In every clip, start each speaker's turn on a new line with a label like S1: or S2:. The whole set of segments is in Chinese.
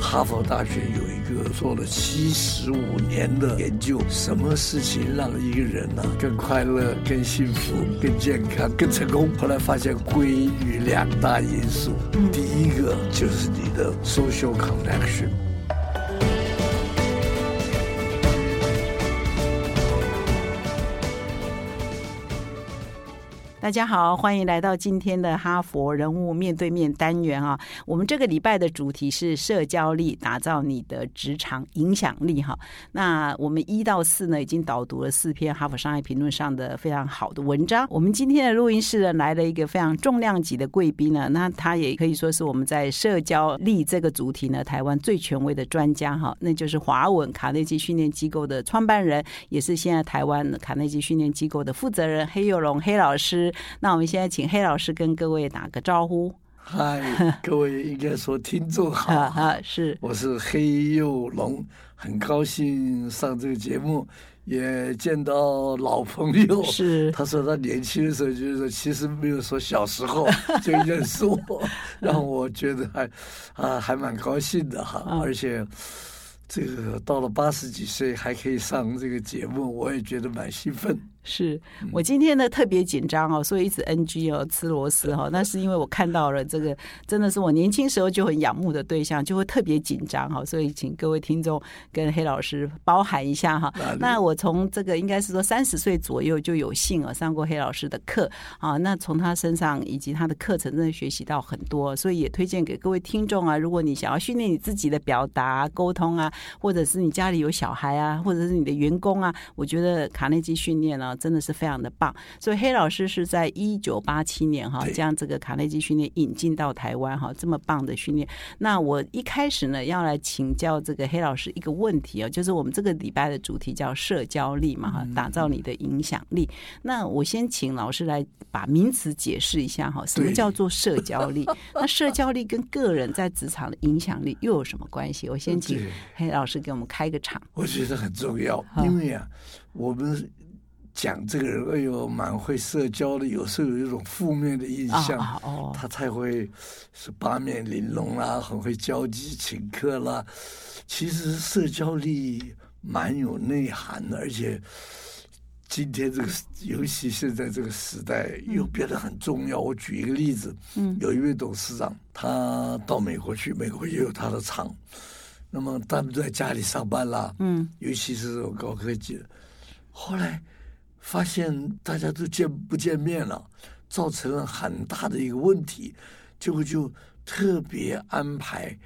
S1: 哈佛大学有一个做了七十五年的研究，什么事情让一个人呢、更快乐、更幸福、更健康、更成功？后来发现归于两大因素，第一个就是你的 social connection。
S2: 大家好，欢迎来到今天的哈佛人物面对面单元啊。我们这个礼拜的主题是社交力，打造你的职场影响力哈。那我们一到四呢，已经导读了四篇《哈佛商业评论》上的非常好的文章。我们今天的录音室呢，来了一个非常重量级的贵宾呢，那他也可以说是我们在社交力这个主题呢，台湾最权威的专家哈，那就是华文卡内基训练机构的创办人，也是现在台湾卡内基训练机构的负责人黑幼龙黑老师。那我们现在请黑老师跟各位打个招呼。
S1: 嗨，各位应该说听众好
S2: 啊啊，是
S1: 我是黑幼龙，很高兴上这个节目，也见到老朋友。
S2: 是
S1: 他说他年轻的时候就是说，其实没有说小时 候就认识我，让我觉得还啊还蛮高兴的哈，
S2: 啊
S1: 而且。这个到了八十几岁还可以上这个节目，我也觉得蛮兴奋。
S2: 是，
S1: 嗯
S2: 我今天呢特别紧张哦，所以一直 NG 哦，吃螺丝哦。那是因为我看到了这个，真的是我年轻时候就很仰慕的对象，就会特别紧张哈、哦。所以请各位听众跟黑老师包含一下哈、
S1: 哪里
S2: 那我从这个应该是说三十岁左右就有幸哦上过黑老师的课啊，那从他身上以及他的课程真的学习到很多，所以也推荐给各位听众啊，如果你想要训练你自己的表达、沟通啊，或者是你家里有小孩啊，或者是你的员工啊，我觉得卡内基训练呢、真的是非常的棒。所以黑老师是在一九八七年哈
S1: 对
S2: 将这个卡内基训练引进到台湾哈，这么棒的训练。那我一开始呢要来请教这个黑老师一个问题啊，就是我们这个礼拜的主题叫社交力嘛
S1: 嗯
S2: 哈，打造你的影响力。那我先请老师来把名词解释一下哈，什么
S1: 对
S2: 叫做社 交力？那社交力跟个人在职场的影响力又有什么关系？我先请
S1: 对
S2: 黑老师给我们开个场。
S1: 我觉得很重要，
S2: 好
S1: 因为啊，我们讲这个人，哎呦，蛮会社交的，有时候有一种负面的印
S2: 啊
S1: 象，
S2: 啊哦，
S1: 他才会是八面玲珑啦，很会交际请客啦。其实社交力蛮有内涵的，而且今天这个，尤其现在这个时代又变得很重要。我举一个例子，
S2: 嗯
S1: 有一位董事长，他到美国去，美国也有他的厂，那么他们都在家里上班啦，
S2: 嗯
S1: 尤其是这种高科技的。后来发现大家都见不见面了，造成了很大的一个问题，结果就特别安排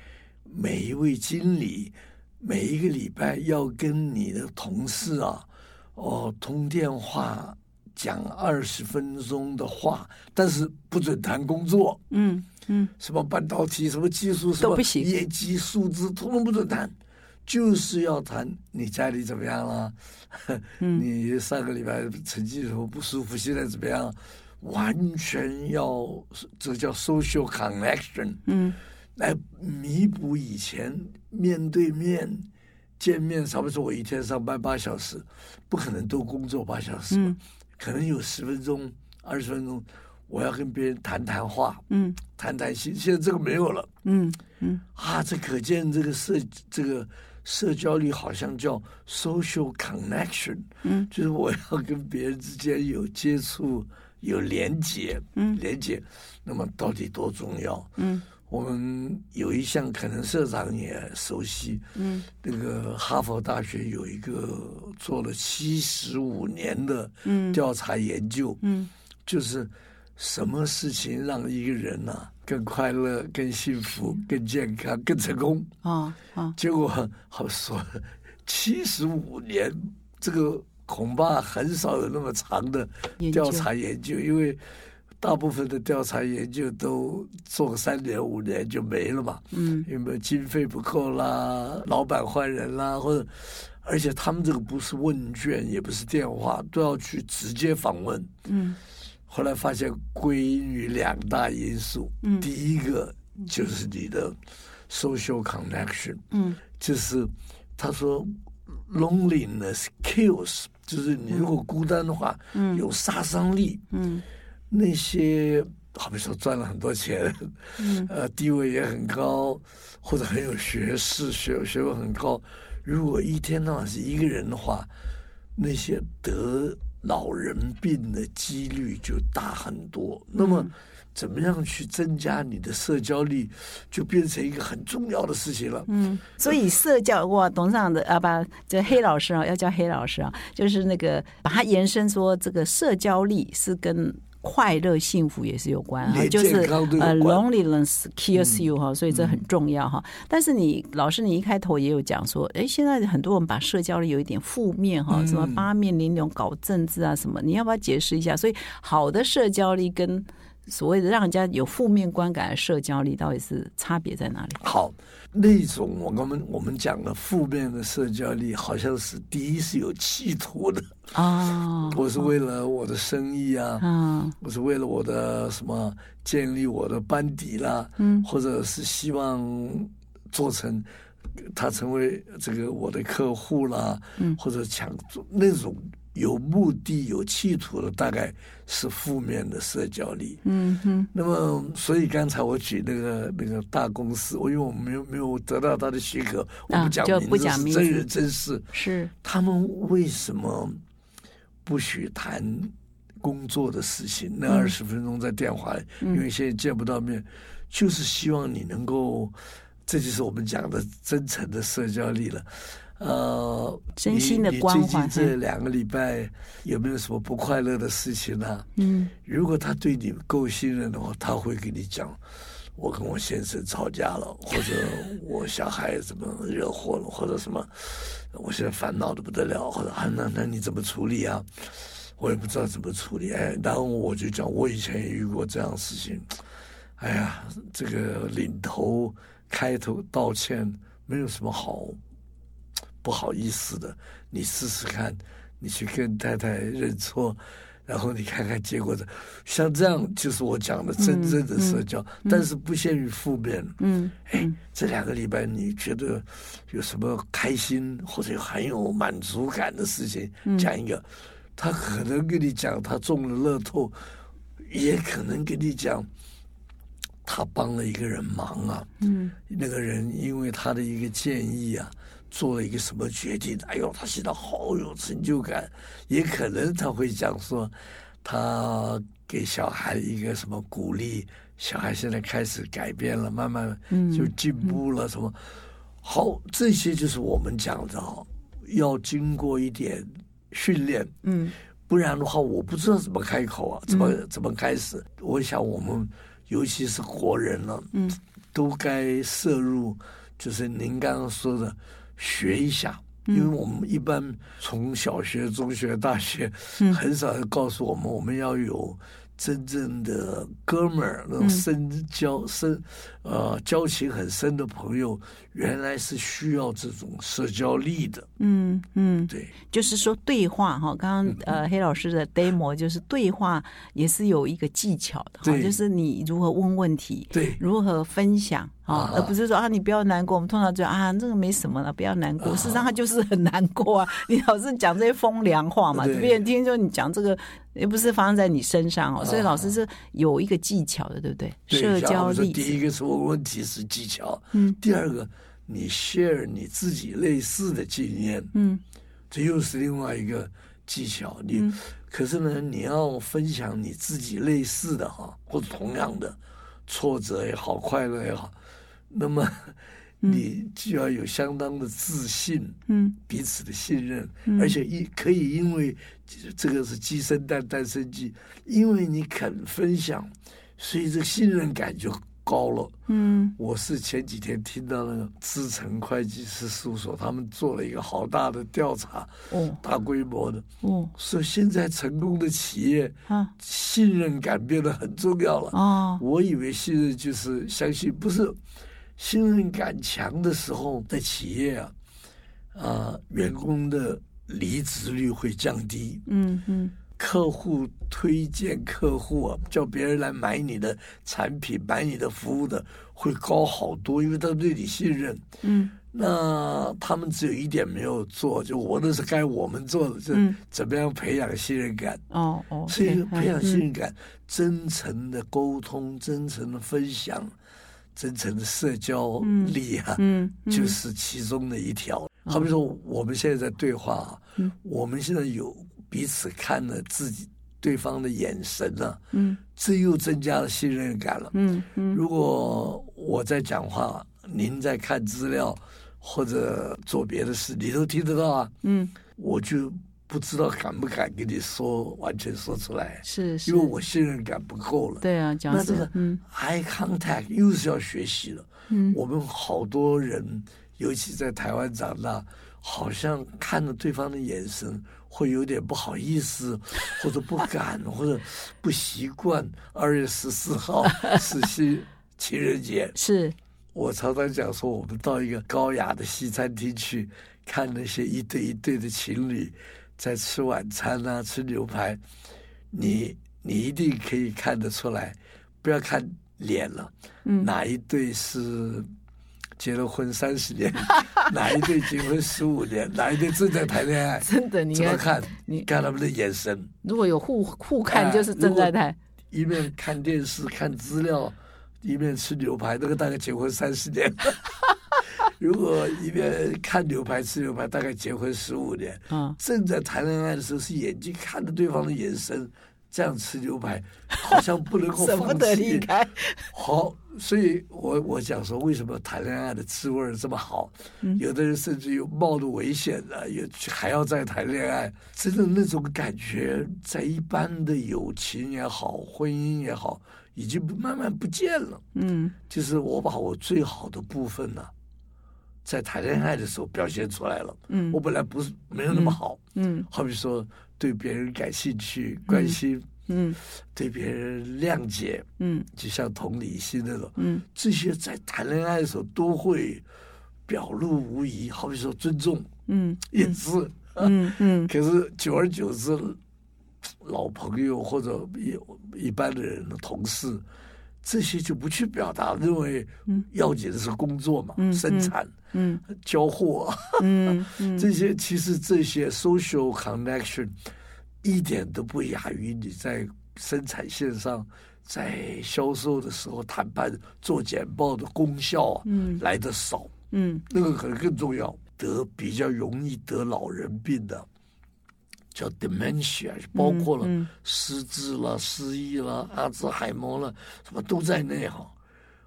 S1: 每一位经理每一个礼拜要跟你的同事啊，哦，通电话讲二十分钟的话，但是不准谈工作。
S2: 嗯嗯，
S1: 什么半导体、什么技术、什
S2: 都
S1: 么
S2: 不行
S1: 业绩、数字，通通不准谈，就是要谈你家里怎么样啦，
S2: 嗯
S1: 你上个礼拜成绩什么不舒服，现在怎么样？完全要这叫 social connection，
S2: 嗯，
S1: 来弥补以前面对面见面，差不多我一天上班八小时，不可能多工作八小时吧，
S2: 嗯
S1: 可能有十分钟、二十分钟，我要跟别人谈谈话，
S2: 嗯
S1: 谈谈心。现在这个没有了
S2: 嗯嗯
S1: 啊，这可见这个社这个社交力好像叫 social connection，
S2: 嗯，
S1: 就是我要跟别人之间有接触、有连接，
S2: 嗯
S1: 连接，那么到底多重要？
S2: 嗯
S1: 我们有一项可能社长也熟悉，
S2: 嗯，
S1: 那个哈佛大学有一个做了七十五年的
S2: 嗯
S1: 调查研究，
S2: 嗯
S1: 就是什么事情让一个人呢、更快乐、更幸福、更健康、更成功？
S2: 啊啊
S1: 结果好说七十五年，这个恐怕很少有那么长的
S2: 研究
S1: 调查研究，因为大部分的调查研究都做三年五年就没了嘛。
S2: 嗯
S1: 有没有经费不够啦，老板换人啦，或者，而且他们这个不是问卷，也不是电话，都要去直接访问。
S2: 嗯
S1: 后来发现归于两大因素，
S2: 嗯
S1: 第一个就是你的 social connection，
S2: 嗯
S1: 就是他说 loneliness kills，就是你如果孤单的话，
S2: 嗯
S1: 有杀伤力。
S2: 嗯
S1: 那些好比说赚了很多钱， 呃，地位也很高，或者很有学识、学学问很高。如果一天到晚是一个人的话，那些得老人病的几率就大很多。那么，怎么样去增加你的社交力，就变成一个很重要的事情了。
S2: 嗯，所以社交哇，董事长的啊，不，这黑老师啊，要叫黑老师啊，就是那个把它延伸说，这个社交力是跟快乐、幸福也是有关啊，
S1: 连
S2: 就是
S1: 健康都有
S2: 呃
S1: 关嗯
S2: ，loneliness kills you 哈、所以这很重要哈、但是你老师，你一开头也有讲说，哎，现在很多人把社交力有一点负面
S1: 嗯
S2: 哈，什么八面玲珑、搞政治啊什么，你要不要解释一下？所以好的社交力跟所谓的让人家有负面观感的社交力，到底是差别在哪里？
S1: 好，那种我刚们我们讲的负面的社交力，好像是第一是有企图的，
S2: 啊、
S1: 我是为了我的生意啊，
S2: 啊，
S1: 我是为了我的什么建立我的班底啦，
S2: 嗯，
S1: 或者是希望做成他成为这个我的客户啦，
S2: 嗯
S1: 或者抢那种有目的、有企图的，大概是负面的社交力。
S2: 嗯哼，
S1: 那么，所以刚才我举那个那个大公司，我因为我没有没有得到他的许可，我
S2: 啊
S1: 不讲
S2: 就
S1: 名
S2: 不
S1: 字，
S2: 讲
S1: 是
S2: 名
S1: 真
S2: 字
S1: 人真事。
S2: 是，
S1: 他们为什么不许谈工作的事情？
S2: 嗯
S1: 那二十分钟在电话里，因为现在见不到面，就是希望你能够，这就是我们讲的真诚的社交力了。呃，
S2: 真
S1: 你
S2: 心的
S1: 你
S2: 关
S1: 最近
S2: 怀
S1: 这两个礼拜有没有什么不快乐的事情呢、
S2: 嗯
S1: 如果他对你够信任的话，他会跟你讲，我跟我先生吵架了，或者我小孩怎么惹祸了，或者什么，我现在烦恼的不得了，或者啊，那那你怎么处理啊？我也不知道怎么处理，哎，然后我就讲，我以前也遇过这样的事情，哎呀，这个领头开头道歉没有什么好不好意思的，你试试看，你去跟太太认错，然后你看看结果的。像这样就是我讲的真正的社交，但是不限于负面。
S2: 嗯，
S1: 哎，这两个礼拜你觉得有什么开心或者很有满足感的事情？
S2: 嗯
S1: 讲一个，他可能跟你讲他中了乐透，也可能跟你讲他帮了一个人忙啊。嗯，那个人因为他的一个建议啊，做了一个什么决定？哎呦，他现在好有成就感。也可能他会讲说，他给小孩一个什么鼓励，小孩现在开始改变了，慢慢就进步了什么。好，这些就是我们讲的哦，要经过一点训练，
S2: 嗯，
S1: 不然的话，我不知道怎么开口啊，怎么、怎么开始。我想我们尤其是国人了、嗯，都该摄入，就是您刚刚说的，学一下。
S2: 嗯
S1: 因为我们一般从小学、中学、大学，
S2: 嗯
S1: 很少告诉我们我们要有真正的哥们儿，那种深
S2: 嗯
S1: 交深呃交情很深的朋友，原来是需要这种社交力的。
S2: 嗯嗯，
S1: 对，
S2: 就是说对话哈，刚
S1: 嗯
S2: 刚呃黑老师的 demo 就是对话也是有一个技巧的哈，
S1: 对
S2: 就是你如何问问题，
S1: 对
S2: 如何分享啊
S1: 啊，
S2: 而不是说啊你不要难过，我们通常就啊这个没什么了，不要难
S1: 啊
S2: 过，事实上他就是很难过啊，你老是讲这些风凉话嘛，
S1: 对
S2: 别人听说你讲这个。也不是发生在你身上哦，所以老师是有一个技巧的，对不对？
S1: 啊对
S2: 社
S1: 像
S2: 交
S1: 我说
S2: 力，
S1: 第一个是问问题是技巧，嗯，第二个你 share 你自己类似的经验，
S2: 嗯，
S1: 这又是另外一个技巧。你、可是呢，你要分享你自己类似的哈，或者同样的挫折也好，快乐也好，那么你就要有相当的自信，
S2: 嗯，
S1: 彼此的信任，而且一可以因为这个是鸡生蛋，蛋生鸡，因为你肯分享，所以这个信任感就高了。
S2: 嗯
S1: 我是前几天听到那个资诚会计师事务所，他们做了一个好大的调查，
S2: 哦
S1: 大规模的，
S2: 哦
S1: 说现在成功的企业
S2: 啊
S1: 信任感变得很重要了。
S2: 哦
S1: 我以为信任就是相信，不是信任感强的时候的企业啊，啊、员工的离职率会降低，
S2: 嗯嗯
S1: 客户推荐客户啊，叫别人来买你的产品、买你的服务的会高好多，因为他对你信任。
S2: 嗯
S1: 那他们只有一点没有做，就我那是该我们做的，就
S2: 嗯
S1: 怎么样培养信任感，
S2: 哦哦，
S1: 是一个
S2: OK，
S1: 培养
S2: 嗯
S1: 信任感，真诚的沟通，真诚的分享，真诚的社交力啊，
S2: 嗯，嗯
S1: 就是其中的一条。好比说，我们现在在对话啊，
S2: 嗯
S1: 我们现在有彼此看了自己对方的眼神呢、
S2: 嗯
S1: 这又增加了信任感了。
S2: 嗯嗯
S1: 如果我在讲话，您在看资料或者做别的事，你都听得到啊，
S2: 嗯，
S1: 我就不知道敢不敢跟你说完全说出来，
S2: 是是
S1: 因为，我信任感不够了。
S2: 对啊，讲
S1: 那这
S2: 是
S1: 个
S2: 嗯
S1: eye contact 又是要学习了。
S2: 嗯
S1: 我们好多人，尤其在台湾长大，好像看着对方的眼神会有点不好意思，或者不敢，或者不习惯。二月十四号是西情人节，
S2: 是
S1: 我常常讲说，我们到一个高雅的西餐厅去看那些一对一对的情侣在吃晚餐啊，吃牛排，你你一定可以看得出来，不要看脸了，
S2: 嗯
S1: 哪一对是结了婚三十 年，哪一对结婚十五年，哪一对正在谈恋爱，
S2: 真的，你
S1: 怎么
S2: 看
S1: 看？
S2: 你
S1: 看他们的眼神，
S2: 如果有互互看，
S1: 哎
S2: 就是正在谈，
S1: 一面看电视看资料，一面吃牛排，那个大概结婚三十 年。如果一边看牛排吃牛排，大概结婚十五年。
S2: 嗯，
S1: 正在谈恋爱的时候，是眼睛看着对方的眼神，这样吃牛排，好像不能够
S2: 舍不
S1: 放
S2: 得
S1: 弃
S2: 离。开，
S1: 好，所以我我讲说，为什么谈恋爱的滋味儿这么好？
S2: 嗯
S1: 有的人甚至有冒着危险的、也还要再谈恋爱，真的那种感觉，在一般的友情也好，婚姻也好，已经不慢慢不见了。
S2: 嗯
S1: 就是我把我最好的部分呢、在谈恋爱的时候表现出来了。
S2: 嗯
S1: 我本来不是没有那么好，
S2: 嗯
S1: 好比说对别人感兴趣、关心，
S2: 嗯
S1: 对别人谅解，
S2: 嗯
S1: 就像同理心那种。
S2: 嗯
S1: 这些在谈恋爱的时候都会表露无遗，好比说尊重
S2: 嗯
S1: 也是。
S2: 嗯嗯
S1: 可是久而久之，老朋友或者一一般的人的同事，这些就不去表达，认为要紧的是工作嘛，
S2: 嗯
S1: 生产、
S2: 嗯
S1: 交货啊、
S2: 嗯嗯，
S1: 这些，其实这些 social connection 一点都不亚于你在生产线上。在销售的时候谈判做简报的功效啊，
S2: 嗯
S1: 来的少，
S2: 嗯
S1: 那个可能更重要，得比较容易得老人病的，叫 dementia，包括了
S2: 嗯
S1: 失智了、失忆了、阿兹海默了，什么都在内哈，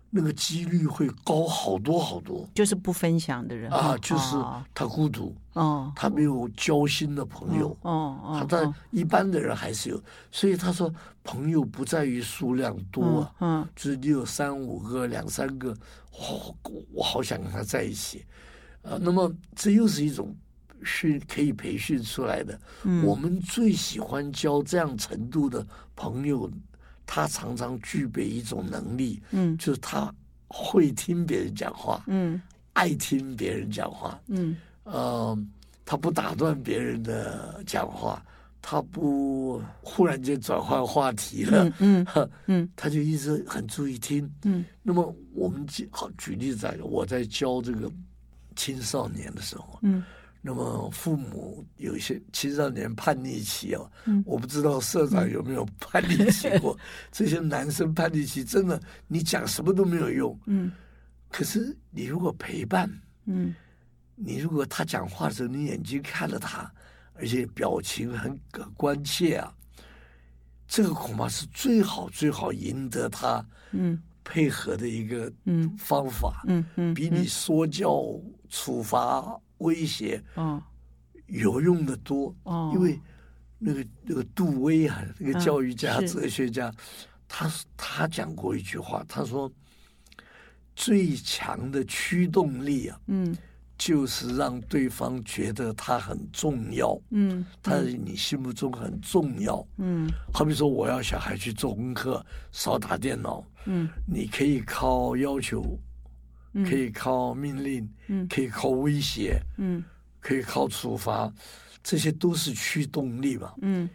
S1: 那个几率会高好多好多
S2: 就是不分享的人
S1: 啊！就是
S2: 哦
S1: 他孤独，
S2: 哦
S1: 他没有交心的朋友。他
S2: 哦
S1: 但一般的人还是有，所以他说朋友不在于数量多啊
S2: 哦，，嗯
S1: 就是你有三五个、两三个，哦，我我好想跟他在一起，啊，那么这又是一种训可以培训出来的。
S2: 嗯
S1: 我们最喜欢交这样程度的朋友，他常常具备一种能力，
S2: 嗯
S1: 就是他会听别人讲话，
S2: 嗯
S1: 爱听别人讲话，
S2: 嗯
S1: 呃，他不打断别人的讲话，他不忽然间转换话题 了，
S2: 嗯
S1: 呵
S2: 嗯
S1: 他就一直很注意听。
S2: 嗯
S1: 那么我们举好举例子来，我在教这个青少年的时候，
S2: 嗯
S1: 那么父母有一些青少年叛逆期啊，
S2: 嗯
S1: 我不知道社长有没有叛逆期过。 这些男生叛逆期真的，你讲什么都没有用。
S2: 嗯
S1: 可是你如果陪伴，
S2: 嗯
S1: 你如果他讲话的时候，你眼睛看着他，而且表情很很关切啊，这个恐怕是最好最好赢得他
S2: 嗯
S1: 配合的一个
S2: 嗯
S1: 方法，
S2: 嗯嗯
S1: 比你说教、处罚、威胁
S2: 哦
S1: 有用的多。
S2: 哦，
S1: 因为那个那个杜威啊，那个
S2: 嗯
S1: 教育家、
S2: 是
S1: 哲学家，他他讲过一句话，他说：“最强的驱动力啊，
S2: 嗯
S1: 就是让对方觉得他很重要，
S2: 嗯
S1: 他在你心目中很重要。
S2: 嗯
S1: 好比说，我要小孩去做功课，少打电脑，
S2: 嗯
S1: 你可以靠要求，
S2: 嗯
S1: 可以靠命令，
S2: 嗯
S1: 可以靠威胁，
S2: 嗯
S1: 可以靠处罚，这些都是驱动力嘛。
S2: 嗯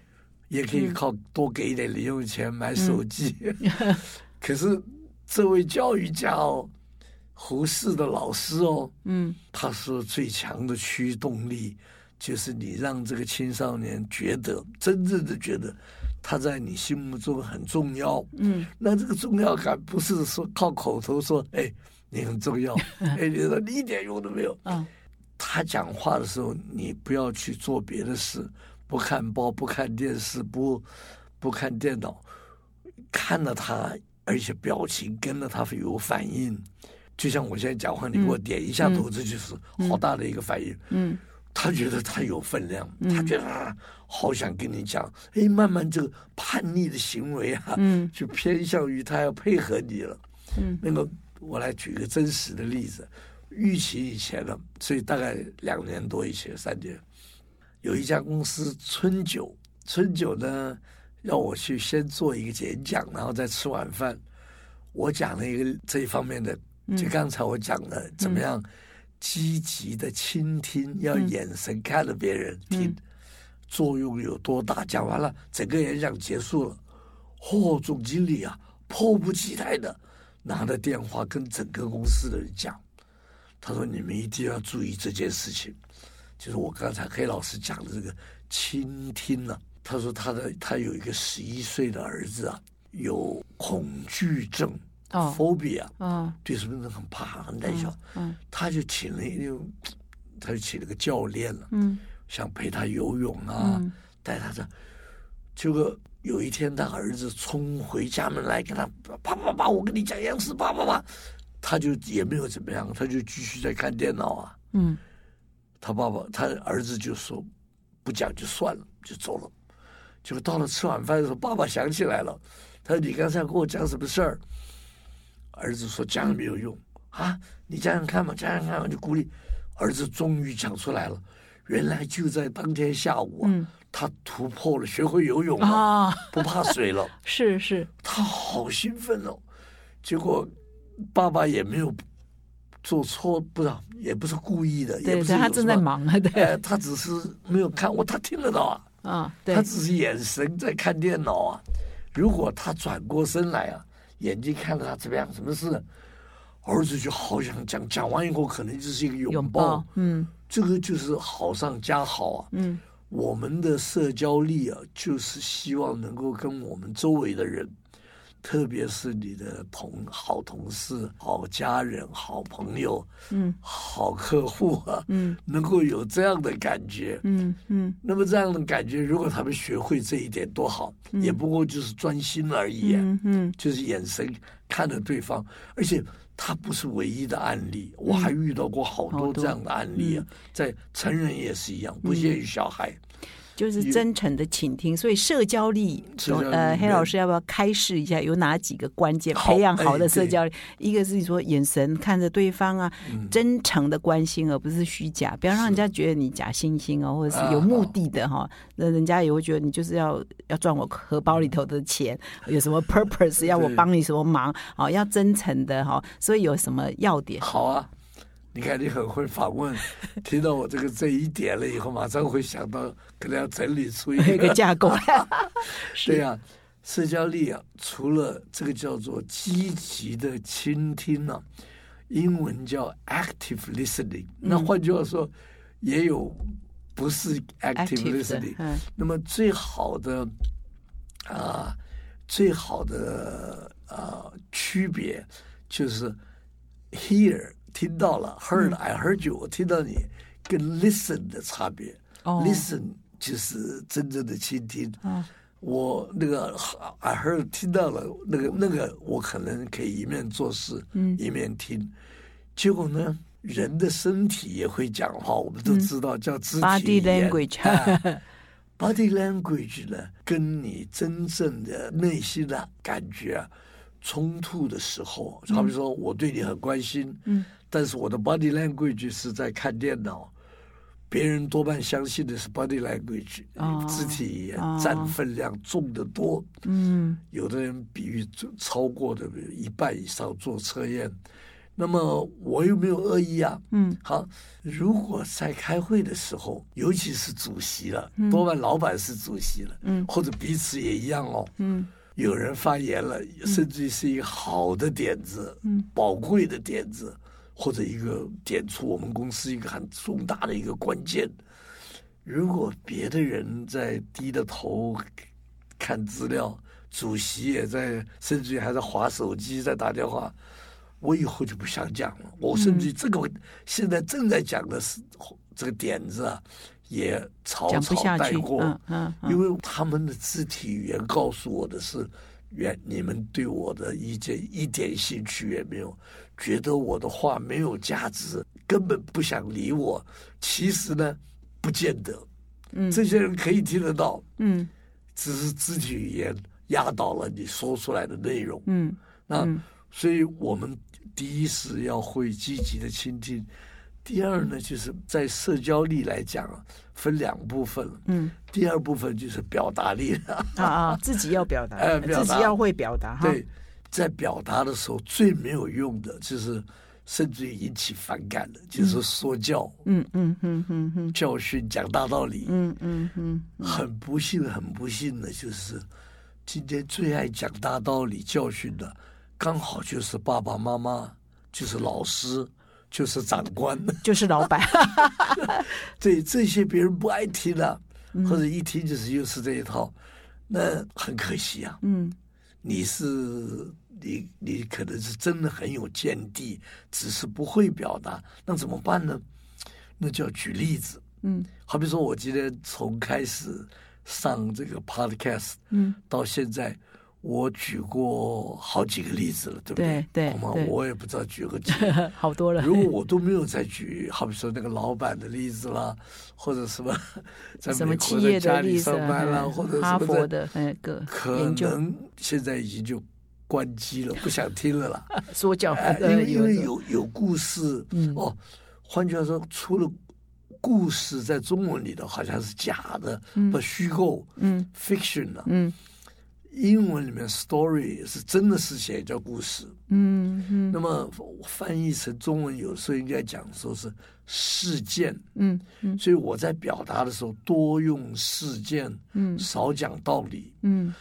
S1: 也可以靠多给一点零
S2: 嗯
S1: 用钱买手机。可是这位教育家哦，侯氏的老师哦，
S2: 嗯
S1: 他说最强的驱动力就是你让这个青少年觉得真正的觉得他在你心目中很重要。
S2: 嗯
S1: 那这个重要感不是说靠口头说，哎，你很重要，哎，你说你一点用都没有。
S2: 嗯
S1: 他讲话的时候，你不要去做别的事，不看报，不看电视，不不看电脑，看了他，而且表情跟了他会有反应。就像我现在讲话，你给我点一下头，这就是好大的一个反应。
S2: 嗯
S1: 他觉得他有分量，他觉得啊，好想跟你讲。哎，慢慢这个叛逆的行为啊，
S2: 嗯
S1: 就偏向于他要配合你了。
S2: 嗯，
S1: 那个我来举个真实的例子，预期以前呢，所以大概两年多以前，三年，有一家公司春酒，春酒呢要我去先做一个演讲，然后再吃晚饭。我讲了一个这一方面的，就刚才我讲的，怎么样积极的倾听，要眼神看着别人听，作用有多大？讲完了，整个演讲结束了。嚯、总经理啊，迫不及待的拿着电话跟整个公司的人讲，他说：“你们一定要注意这件事情，就是我刚才黑老师讲的这个倾听呢、他说他的他有一个十一岁的儿子啊，有恐惧症、
S2: 哦
S1: phobia，
S2: 哦
S1: 对什么都很怕、很胆小。
S2: 嗯
S1: 他就请了一个，他就请了个教练了，
S2: 嗯
S1: 想陪他游泳啊，
S2: 嗯
S1: 带他这。结果有一天，他儿子冲回家门来，跟他啪啪啪，我跟你讲杨氏啪啪啪，他就也没有怎么样，他就继续在看电脑啊。
S2: 嗯
S1: 他爸爸，他儿子就说不讲就算了，就走了。结果到了吃晚饭的时候，爸爸想起来了，他说：“你刚才跟我讲什么事儿？”儿子说：“讲了没有用啊，你讲讲看嘛，讲讲看嘛。”就鼓励儿子终于讲出来了。原来就在当天下午啊，
S2: 嗯
S1: 他突破了，学会游泳了，
S2: 啊，
S1: 不怕水 了。
S2: 是是，
S1: 他好兴奋哦。结果爸爸也没有做错，不是，也不是故意的，也
S2: 对
S1: 不是
S2: 对，他
S1: 有什
S2: 正在
S1: 么
S2: 忙啊，对
S1: 哎，他只是没有看我，他听得到啊，
S2: 啊，对
S1: 他，只是眼神在看电脑啊。如果他转过身来啊，眼睛看着他怎么样，什么事，儿子就好想讲，讲完以后可能就是一个拥抱，
S2: 拥抱，嗯
S1: 这个就是好上加好啊。
S2: 嗯
S1: 我们的社交力啊，就是希望能够跟我们周围的人，特别是你的同好同事、好家人、好朋友、
S2: 嗯
S1: 好客户啊，
S2: 嗯
S1: 能够有这样的感觉。
S2: 嗯嗯
S1: 那么这样的感觉，如果他们学会这一点多好，也不过就是专心而已、啊
S2: 嗯嗯
S1: 就是眼神看着对方，而且他不是唯一的案例，我还遇到过好
S2: 好
S1: 多
S2: 多
S1: 这样的案例啊，在成人也是一样，不限于小孩。
S2: 就是真诚的倾听，所以社交力，
S1: 社交力
S2: 呃，黑
S1: 对
S2: 老师要不要开示一下有哪几个关键？
S1: 好
S2: 培养
S1: 哎
S2: 好的社
S1: 对
S2: 交力，一个是你说眼神看着对方啊，
S1: 嗯
S2: 真诚的关心，而不是虚假，不要让人家觉得你假惺惺哦，或者是有
S1: 啊
S2: 目
S1: 好
S2: 的的哈、那人家也会觉得你就是要要赚我荷包里头的钱，有什么 purpose 要我
S1: 对
S2: 帮你什么忙？哦，要真诚的哈、所以有什么 要点？
S1: 好啊，你看你很会访问，听到我这个这一点了以后，马上会想到可能要整理出一
S2: 有一个
S1: 个
S2: 架构，
S1: 对呀、社交力啊，除了这个叫做积极的倾听呢、英文叫 active listening。那
S2: 嗯
S1: 换句话说，也有不是 active
S2: active 的
S1: listening。
S2: 嗯
S1: 那么最好的啊、最好的啊、区别就是 hear 听到了，heard、I
S2: 嗯
S1: heard you 我听到你，跟 listen 的差别。
S2: 哦
S1: listen 就是真正的倾听。
S2: 哦
S1: 我那个 I heard 听到了那个那个，我可能可以一面做事，
S2: 嗯
S1: 一面听。结果呢，人的身体也会讲话，我们都
S2: 嗯
S1: 知道、叫肢体
S2: Body
S1: 语言
S2: language
S1: 哎 Body language 呢，跟你真正的内心的感觉啊冲突的时候，好
S2: 嗯
S1: 比说我对你很关心，嗯，但是我的 body language 是在看电脑，别人多半相信的是 body language，、
S2: 哦
S1: 肢体语言
S2: 哦
S1: 占分量重得多。
S2: 嗯
S1: 有的人比喻超过的一半以上做测验。那么我又没有恶意啊，
S2: 嗯，
S1: 好，如果在开会的时候，尤其是主席了，多半老板是主席了，
S2: 嗯
S1: 或者彼此也一样哦，
S2: 嗯
S1: 有人发言了，甚至于是一个好的点子，
S2: 嗯
S1: 宝贵的点子，或者一个点出我们公司一个很重大的一个关键。如果别的人在低着头看资料，主席也在，甚至于还在划手机，在打电话，我以后就不想讲
S2: 嗯
S1: 了。我甚至于这个现在正在讲的是这个点子啊，也草
S2: 讲不
S1: 草
S2: 下
S1: 带
S2: 去，
S1: 过。
S2: 嗯嗯嗯，
S1: 因为他们的肢体语言告诉我的是，原你们对我的意见一点兴趣也没有，觉得我的话没有价值，根本不想理我。其实呢，不见得，
S2: 嗯
S1: 这些人可以听得到，
S2: 嗯
S1: 只是肢体语言压倒了你说出来的内容。
S2: 嗯
S1: 那所以我们第一是要会积极的倾听，第二呢，就是在社交力来讲啊，分两部分了。
S2: 嗯
S1: 第二部分就是表达力了。
S2: 啊啊，自己要表达，
S1: 哎表达
S2: 自己要会表达哈。
S1: 对，在表达的时候最没有用的就是，甚至于引起反感的，就是说教、
S2: 嗯嗯嗯嗯嗯
S1: 教训、讲大道理。
S2: 嗯嗯嗯
S1: 很不幸，很不幸的就是，今天最爱讲大道理、教训的，刚好就是爸爸妈妈，就是老师，就是长官。
S2: 就是老 板，
S1: 对这些别人不爱听的、
S2: 嗯
S1: 或者一听就是又是这一套，那很可惜啊。
S2: 嗯
S1: 你是你你可能是真的很有见地，只是不会表达，那怎么办呢？那就要举例子，
S2: 嗯
S1: 好比说我今天从开始上这个 podcast
S2: 嗯，
S1: 到现在，我举过好几个例子了，对不
S2: 对对
S1: 恐怕
S2: 对
S1: 我也不知道举个几个。
S2: 好多 了。
S1: 如果我都没有再举，好比说那个老板的例子啦，或者 什么在
S2: 什
S1: 美
S2: 么
S1: 国
S2: 企
S1: 的
S2: 业
S1: 家
S2: 的
S1: 里
S2: 例子
S1: 上
S2: 啊，
S1: 班啦，
S2: 嗯
S1: 或者
S2: 哈
S1: 什
S2: 佛
S1: 么的，
S2: 的那个
S1: 可
S2: 研究
S1: 能现在已经就关机了，不想听了啦。
S2: 说教，
S1: 哎，
S2: 呃
S1: 因为因为
S2: 有
S1: 有有故事，
S2: 嗯
S1: 哦，换句话说，除了故事在中文里头好像是假的，不虚构，
S2: 嗯
S1: fiction 啊，
S2: 嗯
S1: 英文里面 story 是真的事情也叫故事，
S2: 嗯嗯
S1: 那么翻译成中文有时候应该讲说是事件，
S2: 嗯嗯
S1: 所以我在表达的时候多用事件，
S2: 嗯
S1: 少讲道理，
S2: 嗯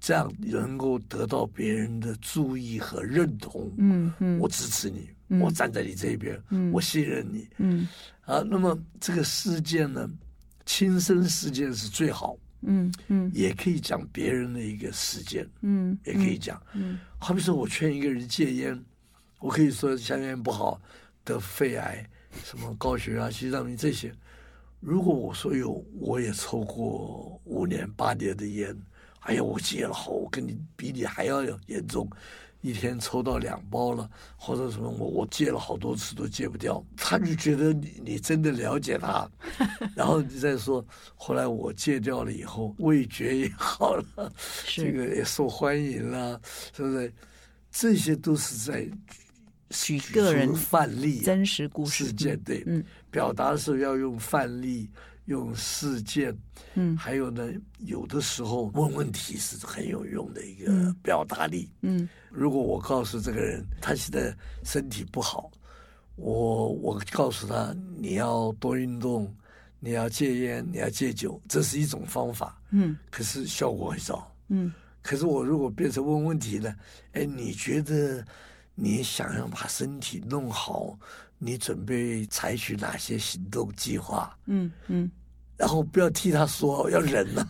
S1: 这样能够得到别人的注意和认同。
S2: 嗯嗯
S1: 我支持你，我站在你这边，我信任你
S2: 嗯
S1: 啊。那么这个事件呢，亲身事件是最好，
S2: 嗯嗯
S1: 也可以讲别人的一个事件，
S2: 嗯
S1: 也可以讲。好比说我劝一个人戒烟，我可以说香烟不好，得肺癌、什么高血压、心脏病这些。如果我说有，我也抽过五年八年的烟，哎呀，我戒了好，我跟你比你还要严重，一天抽到两包了，或者什么，我我戒了好多次都戒不掉。他就觉得你你真的了解 他，然后你再说，后来我戒掉了以后，味觉也好了，
S2: 是
S1: 这个也受欢迎啦，是不是？这些都是在举
S2: 个
S1: 出
S2: 人
S1: 范例啊、
S2: 真实故事
S1: 事件，对，
S2: 嗯
S1: 表达的时候要用范例，用事件，
S2: 嗯
S1: 还有呢，有的时候问问题是很有用的一个表达力。
S2: 嗯
S1: 如果我告诉这个人他现在身体不好，我我告诉他你要多运动，你要戒烟，你要戒酒，这是一种方法，
S2: 嗯
S1: 可是效果很少。
S2: 嗯
S1: 可是我如果变成问问题呢？哎，你觉得你想要把身体弄好，你准备采取哪些行动计划？
S2: 嗯嗯
S1: 然后不要替他说，要忍呐、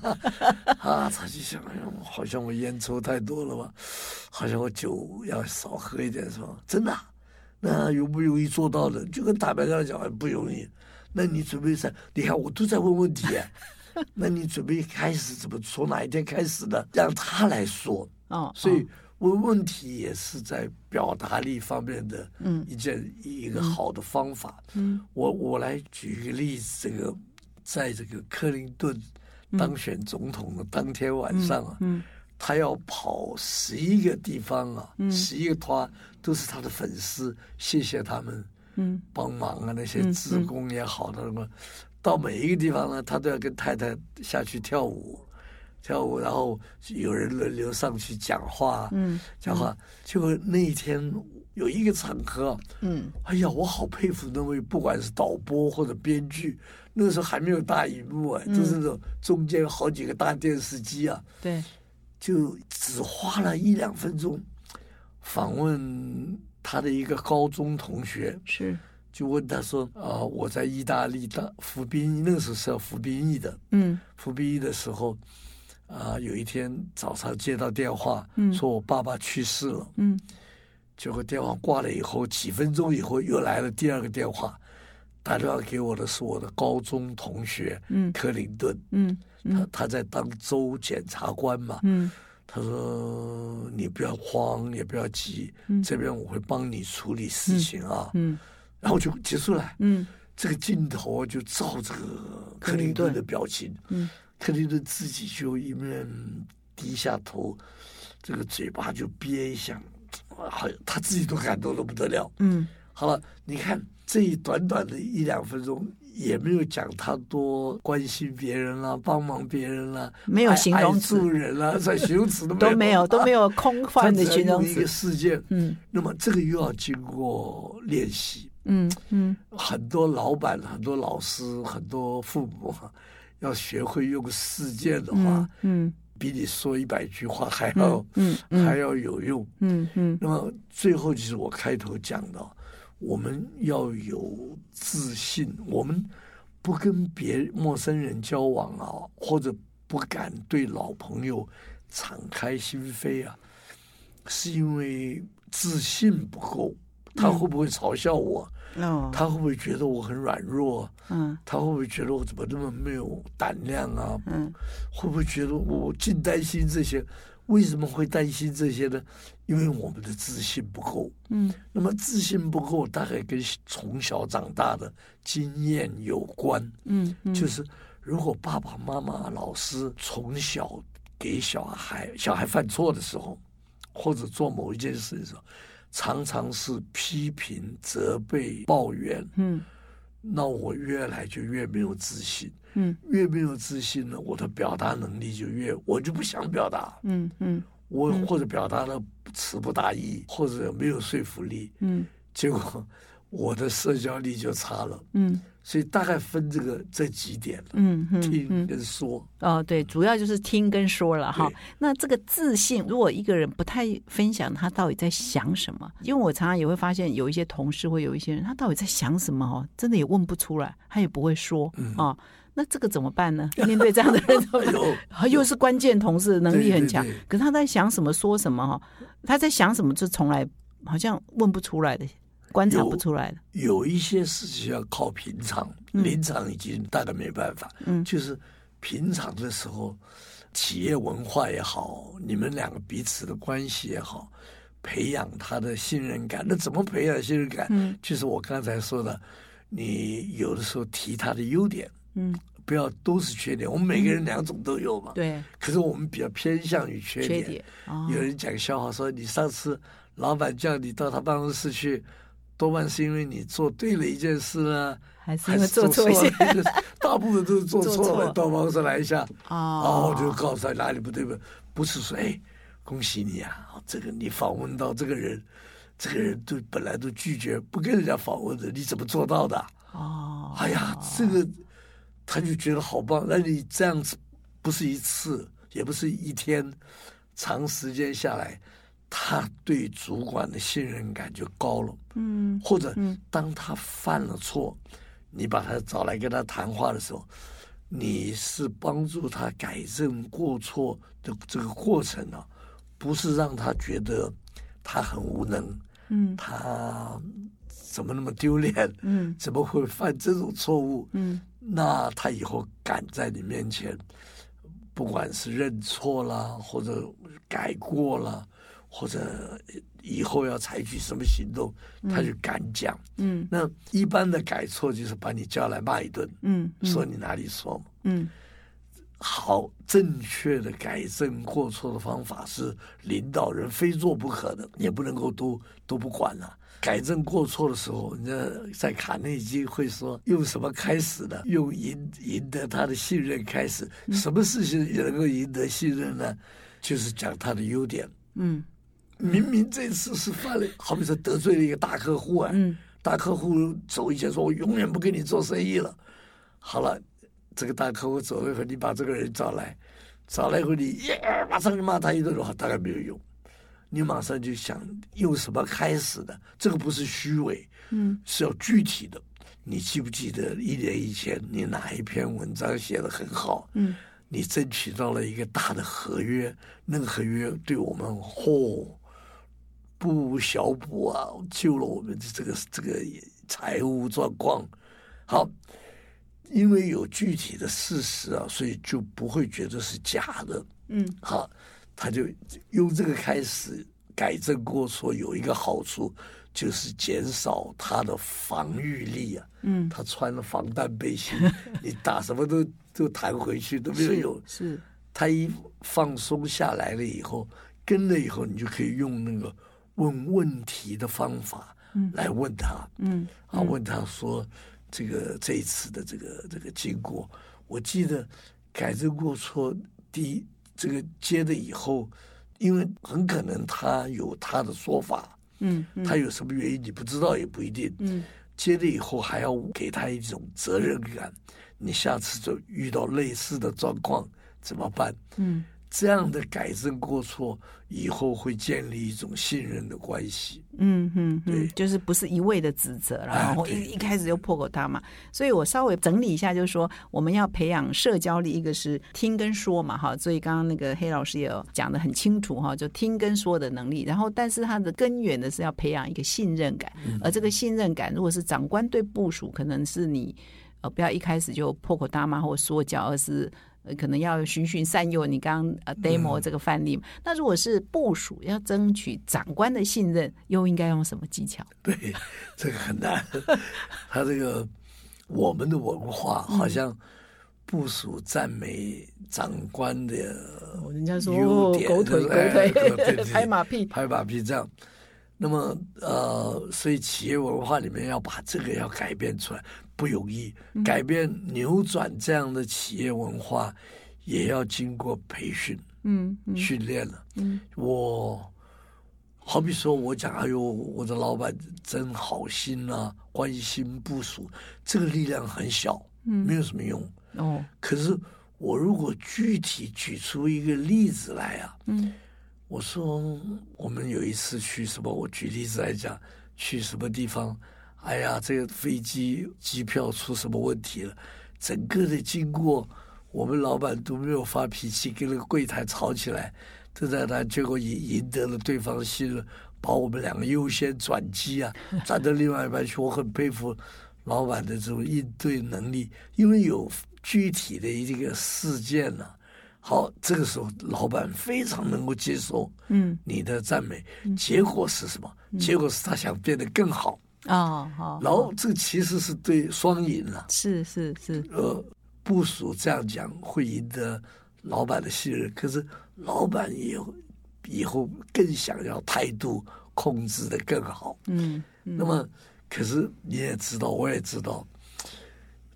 S1: 啊。他就想，哎呀，好像我烟抽太多了吧，好像我酒要少喝一点是吧？真的啊、那容不容易做到的？就跟坦白跟他讲，哎不容易。那你准备在，你看我都在问问题、啊，那你准备开始怎么？从哪一天开始呢？让他来说。
S2: 哦，
S1: 所以问问题也是在表达力方面的
S2: 嗯
S1: 一件、一个好的方法。嗯，我我来举一个例子，这个在这个克林顿当选总统的当天晚上啊，
S2: 嗯
S1: 他要跑十一个地方啊，
S2: 嗯
S1: 十一个团都是他的粉丝，谢谢他们。
S2: 嗯
S1: 帮忙啊，那些职工也好的什么，到每一个地方呢，他都要跟太太下去跳舞，跳舞，然后有人轮流上去讲话，
S2: 嗯，
S1: 讲话。结果那一天有一个场合，
S2: 嗯
S1: 哎呀，我好佩服那位不管是导播或者编剧，那个时候还没有大荧幕哎，
S2: 嗯
S1: 就是那种中间有好几个大电视机啊，
S2: 对，
S1: 就只花了一两分钟访问他的一个高中同学
S2: 是，
S1: 就问他说：“啊，我在意大利当服兵役，那个时候是要服兵役的。
S2: 嗯
S1: 服兵役的时候，啊，有一天早上接到电话，
S2: 嗯
S1: 说我爸爸去世了。
S2: 嗯
S1: 结果电话挂了以后，几分钟以后又来了第二个电话，打电话给我的是我的高中同学
S2: 嗯
S1: 克林顿，
S2: 嗯
S1: 他他在当州检察官嘛。
S2: 嗯
S1: 他说：“你不要慌，也不要急，这边我会帮你处理事情啊。
S2: 嗯
S1: 然后就结束了。
S2: 嗯
S1: 这个镜头就照这个克林顿的表情，
S2: 嗯
S1: 克林顿自己就一面低下头，这个嘴巴就憋一下，啊好，他自己都感动的不得了。
S2: 嗯
S1: 好了，你看这一短短的一两分钟，也没有讲他多关心别人啦、帮忙别人啦、
S2: 没有
S1: 爱
S2: 形容词
S1: 爱助人啦、在形容词都
S2: 都没有都没
S1: 有
S2: 有空
S1: 啊，
S2: 泛的
S1: 他只要
S2: 形容
S1: 用一个
S2: 词，
S1: 事件，
S2: 嗯
S1: 那么这个又要经过练习。
S2: 嗯嗯
S1: 很多老板、很多老师、很多父母啊，要学会用事件的话，
S2: 嗯嗯
S1: 比你说一百句话还要、
S2: 嗯嗯
S1: 还要有用。
S2: 嗯嗯
S1: 那么最后就是我开头讲的，我们要有自信，我们不跟别陌生人交往啊，或者不敢对老朋友敞开心扉啊，是因为自信不够。他
S2: 嗯
S1: 会不会嘲笑我？
S2: 哦
S1: 他会不会觉得我很软弱？
S2: 嗯
S1: 他会不会觉得我怎么那么没有胆量啊？
S2: 嗯
S1: 会不会觉得我尽担心这些？为什么会担心这些呢？因为我们的自信不够。
S2: 嗯
S1: 那么自信不够，大概跟从小长大的经验有关。
S2: 嗯嗯
S1: 就是如果爸爸妈妈、老师从小给小孩小孩犯错的时候，或者做某一件事的时候，常常是批评、责备、抱怨，
S2: 嗯
S1: 那我越来就越没有自信，
S2: 嗯
S1: 越没有自信呢，我的表达能力就越，我就不想表达，
S2: 嗯嗯
S1: 我或者表达的词不达意，或者没有说服力，
S2: 嗯
S1: 结果 我的社交力就差了。
S2: 嗯
S1: 所以大概分这个这几点了，
S2: 嗯嗯
S1: 听跟说，
S2: 哦，对，主要就是听跟说了哈
S1: 对。？
S2: 那这个自信，如果一个人不太分享他到底在想什么，因为我常常也会发现有一些同事或有一些人，他到底在想什么哦，真的也问不出来，他也不会说哦。那这个怎么办呢？ 面对这样的人 怎么办
S1: 有
S2: 啊又是关键同事，能力很强
S1: 对对对，
S2: 可是他在想什么说什么哈、哦，他在想什么就从来好像问不出来的，观察
S1: 有
S2: 不出来的。
S1: 有一些事情要靠平常，临场已经大概没办法。
S2: 嗯
S1: 就是平常的时候，企业文化也好，你们两个彼此的关系也好，培养他的信任感。那怎么培养信任感？
S2: 嗯
S1: 就是我刚才说的，你有的时候提他的优点，
S2: 嗯，
S1: 不要都是缺点。我们每个人两种都有嘛。。
S2: 对，
S1: 可是我们比较偏向于缺
S2: 缺点哦
S1: 有人讲笑话说，你上次老板叫你到他办公室去，多半是因为你做对了一件事呢，
S2: 还是
S1: 还
S2: 因为
S1: 是
S2: 做错一
S1: 了
S2: 些
S1: 一件 事？大部分都是做
S2: 做
S1: 错
S2: 错
S1: 了，到办公室来一下， 哦，
S2: 哦
S1: 我就告诉他哪里不对不，不是说哎，恭喜你啊，这个你访问到这个人，这个人对本来都拒绝不跟人家访问的，你怎么做到的？
S2: 哦，
S1: 哎呀，这个他就觉得好棒。那你这样子不是一次，也不是一天，长时间下来，他对主管的信任感就高了。
S2: 嗯
S1: 或者，当他犯了错，你把他找来跟他谈话的时候，你是帮助他改正过错的这个过程啊，不是让他觉得他很无能，
S2: 嗯
S1: 他怎么那么丢脸？
S2: 嗯
S1: 怎么会犯这种错误？
S2: 嗯
S1: 那他以后敢在你面前，不管是认错啦，或者改过啦，或者以后要采取什么行动，他就敢讲。
S2: 嗯
S1: 那一般的改错就是把你叫来骂一顿，
S2: 嗯
S1: 说你哪里错嘛。
S2: 嗯
S1: 好，正确的改正过错的方法是领导人非做不可的，也不能够都都不管了、改正过错的时候，人家在卡内基会说用什么开始呢？用赢赢得他的信任开始。什么事情也能够赢得信任呢？就是讲他的优点。
S2: 嗯
S1: 明明这次是犯了，好比说得罪了一个大客户啊，
S2: 嗯
S1: 大客户走以前说我永远不跟你做生意了，好了，这个大客户走了以后，你把这个人找来，找来以后你耶马上就骂他一顿的话，大概没有用。你马上就想用什么开始的，这个不是虚伪，
S2: 嗯，
S1: 是要具体的。你记不记得一年以前你哪一篇文章写的很好？
S2: 嗯，
S1: 你争取到了一个大的合约，那个合约对我们嚯、不无小补啊，救了我们的这个这个财务状况。好，因为有具体的事实啊，所以就不会觉得是假的。
S2: 嗯
S1: 好，他就用这个开始改正过错，有一个好处就是减少他的防御力啊。
S2: 嗯，
S1: 他穿了防弹背心， 你打什么都都弹回去都没有用。
S2: 是
S1: 他一放松下来了以后，跟了以后，你就可以用那个问问题的方法来问他，
S2: 嗯
S1: 啊，问他说这个这一次的这个这个经过，我记得改正过错第一这个接了以后，因为很可能他有他的说法，
S2: 嗯嗯
S1: 他有什么原因你不知道也不一定，
S2: 嗯
S1: 接了以后还要给他一种责任感，你下次就遇到类似的状况怎么办？
S2: 嗯
S1: 这样的改正过错以后会建立一种信任的关系。
S2: 嗯嗯嗯
S1: 对，
S2: 就是不是一味的指责，然
S1: 啊
S2: 后
S1: 对
S2: 一一开始就破口大骂。所以我稍微整理一下，就是说我们要培养社交力，一个是听跟说嘛，哈。所以刚刚那个黑老师也有讲的很清楚哈，就听跟说的能力。然后，但是它的根源呢是要培养一个信任感，
S1: 嗯
S2: 而这个信任感，如果是长官对部署，可能是你呃不要一开始就破口大骂或说教，而是。呃可能要循循善诱，你刚刚呃
S1: 嗯
S2: demo 这个范例嘛、那如果是部署要争取长官的信任，又应该用什么技巧？
S1: 对，这个很难。他这个我们的文化好像部署赞美长官的
S2: 哦人家说
S1: 优
S2: 哦
S1: 点，
S2: 狗腿
S1: 就是
S2: 狗
S1: 哎 对
S2: 腿
S1: 对，对
S2: 拍马屁。
S1: 拍马屁这样。那么呃，所以企业文化里面要把这个要改变出来不容易，
S2: 嗯
S1: 改变扭转这样的企业文化，也要经过培训。
S2: 嗯嗯
S1: 训练了。
S2: 嗯
S1: 我好比说，我讲，哎呦，我的老板真好心啊，关心部署，这个力量很小，
S2: 嗯
S1: 没有什么用。
S2: 哦
S1: 可是我如果具体举出一个例子来啊，
S2: 嗯
S1: 我说我们有一次去什么，我举例子来讲，去什么地方，哎呀，这个飞机机票出什么问题了，整个的经过，我们老板都没有发脾气，跟那个柜台吵起来，这在那结果赢赢得了对方信任，把我们两个优先转机啊，转到另外一边去，我很佩服老板的这种应对能力，因为有具体的一个事件呢、好，这个时候老板非常能够接受
S2: 嗯
S1: 你的赞美，结果是什么？结果是他想变得更好，
S2: 哦好，
S1: 然后这其实是对双赢了、
S2: 是是是，
S1: 呃，部署这样讲会赢得老板的信任，可是老板也以后更想要态度控制的更好。
S2: 嗯
S1: 那么，可是你也知道，我也知道，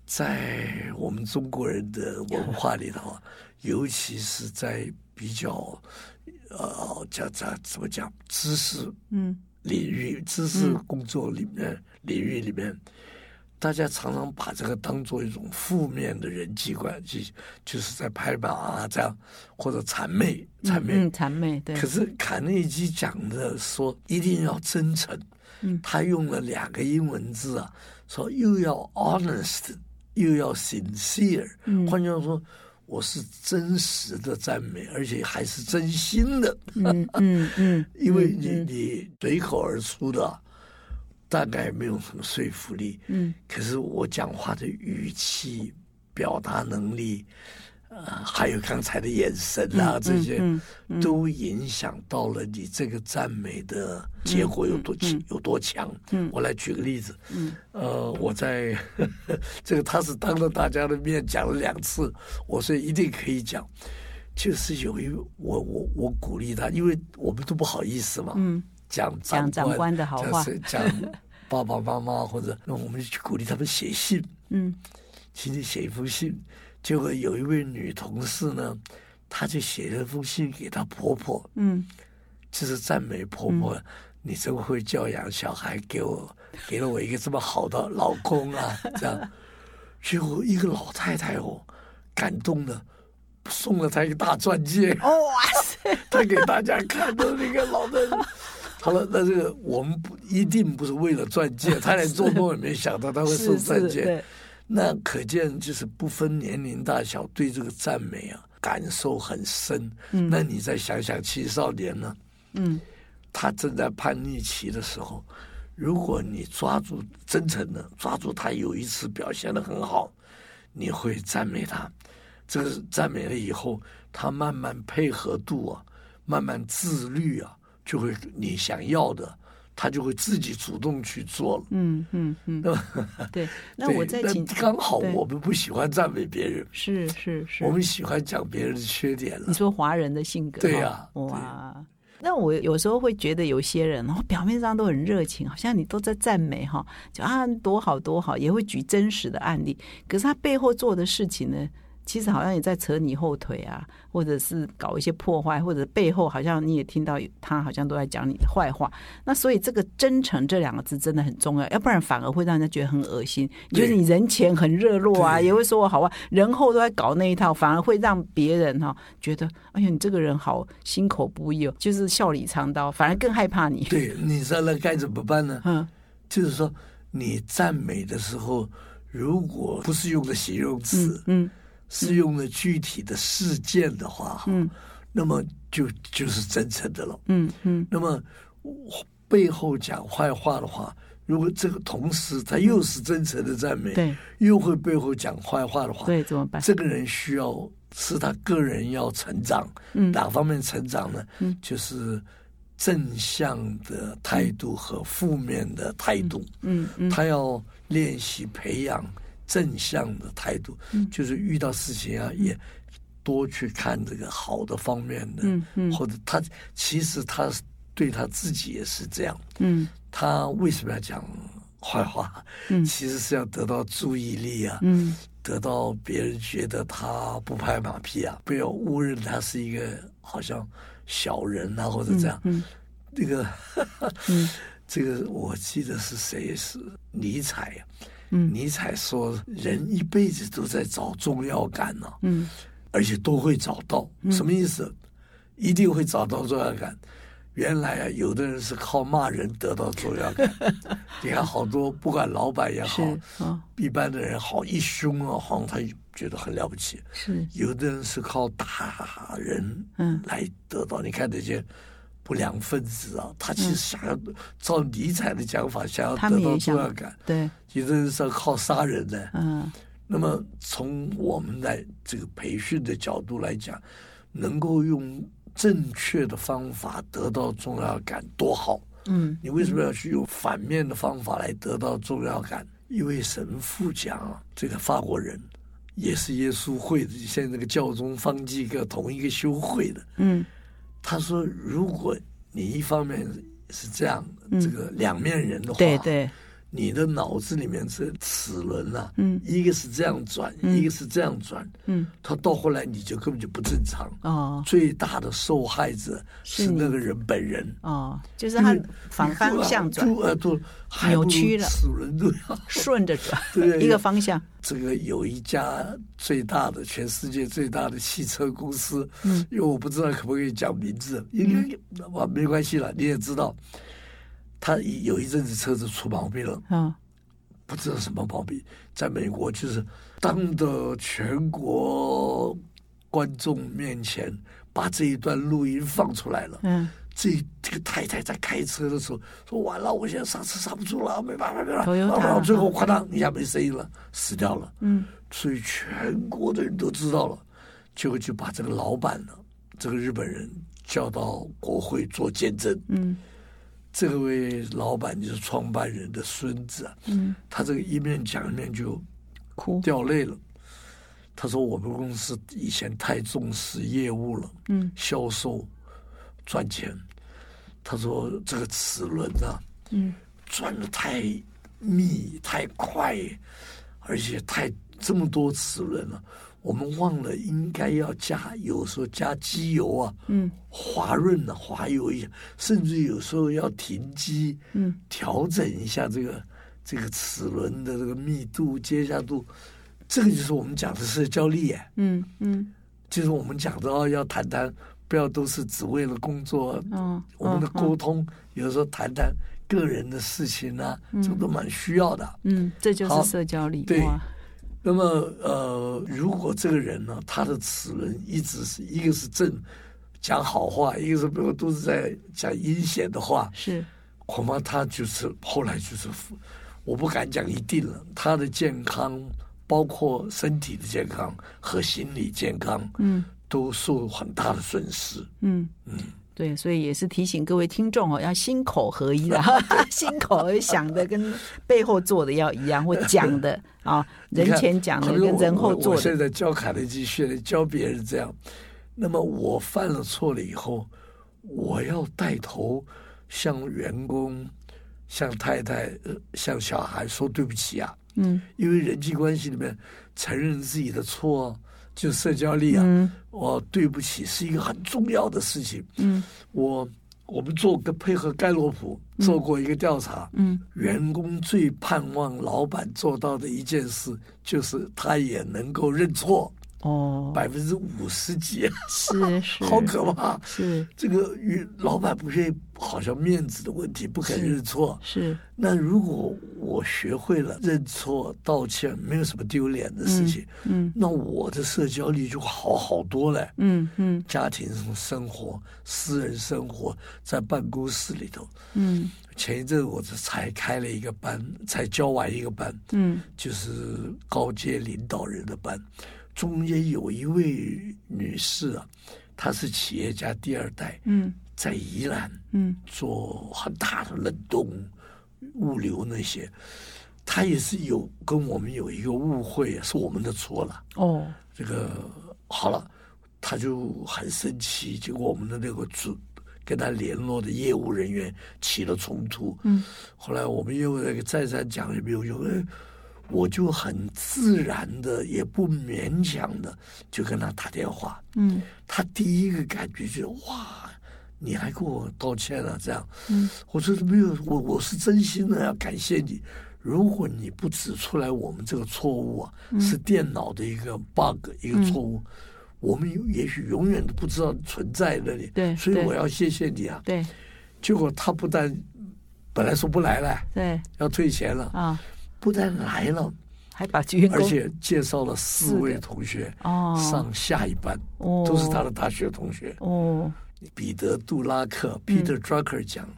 S1: 在我们中国人的文化里头啊，尤其是在比较呃，讲讲怎么讲，知识
S2: 嗯
S1: 领域、知识工作里面、领域里面，大家常常把这个当做一种负面的人际关系，就是在拍马啊这样，或者谄媚、谄媚。
S2: 嗯谄媚对，
S1: 可是卡内基讲的说一定要真诚，
S2: 嗯
S1: 他用了两个英文字啊，说又要 honest，又要 sincere，、
S2: 嗯
S1: 换句话说，我是真实的赞美，而且还是真心的，
S2: 嗯嗯嗯，
S1: 因为
S2: 嗯
S1: 你你随口而出的，大概没有什么说服力。
S2: 嗯
S1: 可是我讲话的语气、表达能力，呃，还有刚才的眼神啊，这些、
S2: 嗯
S1: 都影响到了你这个赞美的结果有多、
S2: 嗯
S1: 有多强。我来举个例子，呃，我在 这个他是当着大家的面讲了两次，我说一定可以讲。就是有一我我我鼓励他，因为我们都不好意思嘛，
S2: 嗯
S1: 讲
S2: 讲长官的好话
S1: 讲讲爸爸妈妈或者，那我们就去鼓励他们写信，
S2: 嗯
S1: 请你写一封信。结果有一位女同事呢，她就写了封信给她婆婆，
S2: 嗯
S1: 就是赞美婆婆，你真会教养小孩，给我给了我一个这么好的老公啊，这样。结果一个老太太哦，感动的送了她一个大钻戒。
S2: 哦哇塞，
S1: 他给大家看的那个老的。好了，那这个我们不一定不是为了钻戒，他连做梦也没想到他会送
S2: 是
S1: 钻
S2: 是，
S1: 戒。
S2: 对，
S1: 那可见就是不分年龄大小，对这个赞美啊感受很深。
S2: 嗯
S1: 那你再想想青少年呢，
S2: 嗯，
S1: 他正在叛逆期的时候，如果你抓住真诚的抓住他有一次表现的很好，你会赞美他。这个赞美了以后，他慢慢配合度啊，慢慢自律啊，就会你想要的，他就会自己主动去做了。
S2: 嗯嗯嗯，对。那
S1: 对
S2: 我再
S1: 那
S2: 请，
S1: 刚好
S2: 对
S1: 我们不喜欢赞美别人，
S2: 是是是，
S1: 我们喜欢讲别人的缺点了
S2: 你。说华人的性格，
S1: 对呀
S2: 哦哇。那我有时候会觉得有些人，哦，表面上都很热情，好像你都在赞美哈，就啊多好多好，也会举真实的案例。可是他背后做的事情呢，其实好像也在扯你后腿啊，或者是搞一些破坏，或者背后好像你也听到他好像都在讲你的坏话。那所以这个真诚这两个字真的很重要，要不然反而会让人家觉得很恶心。
S1: 对
S2: 就是你人前很热络啊，
S1: 对
S2: 也会说我好话，人后都在搞那一套，反而会让别人哈、觉得，哎呀，你这个人好心口不一哦，就是笑里藏刀，反而更害怕你。
S1: 对，你知道那该怎么办呢？
S2: 嗯，
S1: 就是说，你赞美的时候，如果不是用的形容词，
S2: 嗯
S1: 是用的具体的事件的话，哈、
S2: 嗯
S1: 那么就就是真诚的了。
S2: 嗯嗯
S1: 那么我背后讲坏话的话，如果这个同时他又是真诚的赞美，
S2: 对
S1: 又会背后讲坏话的话，
S2: 对，怎么办？
S1: 这个人需要是他个人要成长，
S2: 嗯
S1: 哪方面成长呢？
S2: 嗯
S1: 就是正向的态度和负面的态度，
S2: 嗯嗯
S1: 他要练习培养正向的态度，
S2: 嗯
S1: 就是遇到事情啊，也多去看这个好的方面的，
S2: 嗯嗯
S1: 或者他其实他是对他自己也是这样，
S2: 嗯
S1: 他为什么要讲坏话？
S2: 嗯
S1: 其实是要得到注意力啊，
S2: 嗯
S1: 得到别人觉得他不拍马屁啊，不要误认他是一个好像小人啊，或者这样。
S2: 嗯
S1: 这个，
S2: 嗯
S1: 这个我记得是谁是尼采啊，
S2: 嗯
S1: 尼采说人一辈子都在找重要感呢、
S2: 嗯
S1: 而且都会找到。什么意思？一定会找到重要感。原来啊，有的人是靠骂人得到重要感。 你看好多，不管老板也好，
S2: 是哦
S1: 一般的人好一凶啊，好像他觉得很了不起。
S2: 是
S1: 有的人是靠打人
S2: 嗯
S1: 来得到。你看那些不良分子啊，他其实想要、照尼采的讲法，想要
S2: 嗯他
S1: 得
S2: 们
S1: 到
S2: 也
S1: 重要
S2: 想
S1: 感。
S2: 对
S1: 有的人是靠杀人的。
S2: 嗯
S1: 那么从我们来这个培训的角度来讲，能够用正确的方法得到重要感多好！
S2: 嗯
S1: 你为什么要去用反面的方法来得到重要感？一位神父讲啊，这个法国人也是耶稣会的，现在这个教宗方济各同一个修会的，
S2: 嗯
S1: 他说，如果你一方面是这样，这个两面人的话，
S2: 嗯对对
S1: 你的脑子里面这齿轮啊，
S2: 嗯
S1: 一个是这样转，一个是这样转，
S2: 嗯
S1: 它到后来你就根本就不正常。
S2: 哦
S1: 最大的受害者
S2: 是
S1: 是
S2: 你
S1: 那个人本人，
S2: 哦，就是他
S1: 嗯
S2: 反方向转
S1: 猪耳朵呃还
S2: 扭曲了
S1: 齿轮都要。
S2: 顺着转
S1: 对
S2: 一个方向
S1: 这个有一家最大的，全世界最大的汽车公司，嗯，因为我不知道可不可以讲名字，应该
S2: 嗯
S1: 啊没关系了，你也知道，他有一阵子车子出毛病了，
S2: 啊
S1: 不知道什么毛病，在美国就是当着全国观众面前把这一段录音放出来了。
S2: 嗯
S1: 这这个太太在开车的时候说：“完了，我现在刹车刹不住了，没办法，没办法，
S2: Toyota
S1: 然后最后哐当一下没声音了，死掉了。”
S2: 嗯，
S1: 所以全国的人都知道了，结果就把这个老板呢，这个日本人叫到国会做见证。
S2: 嗯
S1: 这位老板就是创办人的孙子啊，
S2: 嗯
S1: 他这个一面讲一面就
S2: 哭
S1: 掉泪了。他说：“我们公司以前太重视业务了，
S2: 嗯，
S1: 销售赚钱。他说这个齿轮啊，
S2: 嗯
S1: 转的太密、太快，而且太这么多齿轮了、我们忘了应该要加，有时候加机油啊，
S2: 嗯
S1: 滑润啊，滑油一下，甚至有时候要停机，
S2: 嗯，
S1: 调整一下这个这个齿轮的这个密度、接下度，这个就是我们讲的社交力耶、
S2: 嗯嗯
S1: 就是我们讲到要谈谈不要都是只为了工作。啊
S2: 嗯，
S1: 我们的
S2: 嗯
S1: 沟通有时候谈谈个人的事情啊，这都蛮需要的。
S2: 嗯，这就
S1: 好
S2: 是社交礼啊
S1: 对
S2: 哇，
S1: 那么呃，如果这个人呢，他的齿轮一直是一个是正讲好话，一个是比如都是在讲阴险的话，
S2: 是
S1: 恐怕他就是后来就是，我不敢讲一定了，他的健康包括身体的健康和心理健康
S2: 嗯
S1: 都受很大的损失。
S2: 嗯。对，所以也是提醒各位听众哦，要心口合一的， 心口合一想的跟背后做的要一样，或讲 的啊、
S1: 你
S2: 人
S1: 看
S2: 前讲的
S1: 好比
S2: 跟
S1: 我
S2: 人后
S1: 我
S2: 做
S1: 我
S2: 的，
S1: 现在教卡耐基训练，教别人这样，那么我犯了错了以后，我要带头向员工、向太太、呃、向小孩说对不起啊，
S2: 嗯
S1: 因为人际关系里面承认自己的错啊，就社交力啊，
S2: 嗯
S1: 哦，对不起是一个很重要的事情。
S2: 嗯
S1: 我我们做个配合盖洛普做过一个调查，
S2: 嗯
S1: 员工最盼望老板做到的一件事，就是他也能够认错，
S2: 哦，
S1: 百分之五十几，
S2: 是是，
S1: 好可怕！
S2: 是
S1: 这个与老板不愿意，好像面子的问题，不肯认错。
S2: 是，
S1: 那如果我学会了认错、道歉，没有什么丢脸的事情，
S2: 嗯
S1: 那我的社交力就好好多了。
S2: 嗯嗯
S1: 家庭生活、私人生活，在办公室里头，
S2: 嗯
S1: 前一阵我这才开了一个班，才教完一个班，
S2: 嗯
S1: 就是高阶领导人的班。中间有一位女士啊，她是企业家第二代，
S2: 嗯
S1: 在宜兰
S2: 嗯
S1: 做很大的冷冻物流那些，她也是有跟我们有一个误会，是我们的错了。
S2: 哦，
S1: 这个好了，他就很生气，结果我们的那个主跟他联络的业务人员起了冲突。
S2: 嗯，
S1: 后来我们业务那个再三讲也没有用，哎我就很自然的，也不勉强的，就跟他打电话。
S2: 嗯
S1: 他第一个感觉就是哇，你还跟我道歉了、这样，
S2: 嗯，
S1: 我说没有，我我是真心的要感谢你。如果你不指出来我们这个错误啊，
S2: 嗯
S1: 是电脑的一个 bug 一个错误，我们也许永远都不知道存在那里。
S2: 对
S1: 所以
S2: 对
S1: 我要谢谢你啊。
S2: 对
S1: 结果他不但本来说不来了，
S2: 对
S1: 要退钱了，
S2: 啊，
S1: 不但来了，
S2: 还把员工
S1: 而且介绍了四
S2: 是
S1: 位
S2: 的
S1: 同学
S2: 哦
S1: 上下一班，
S2: 哦
S1: 都是他的大学同学。
S2: 哦
S1: 彼得·杜拉克 （Peter Drucker） 讲，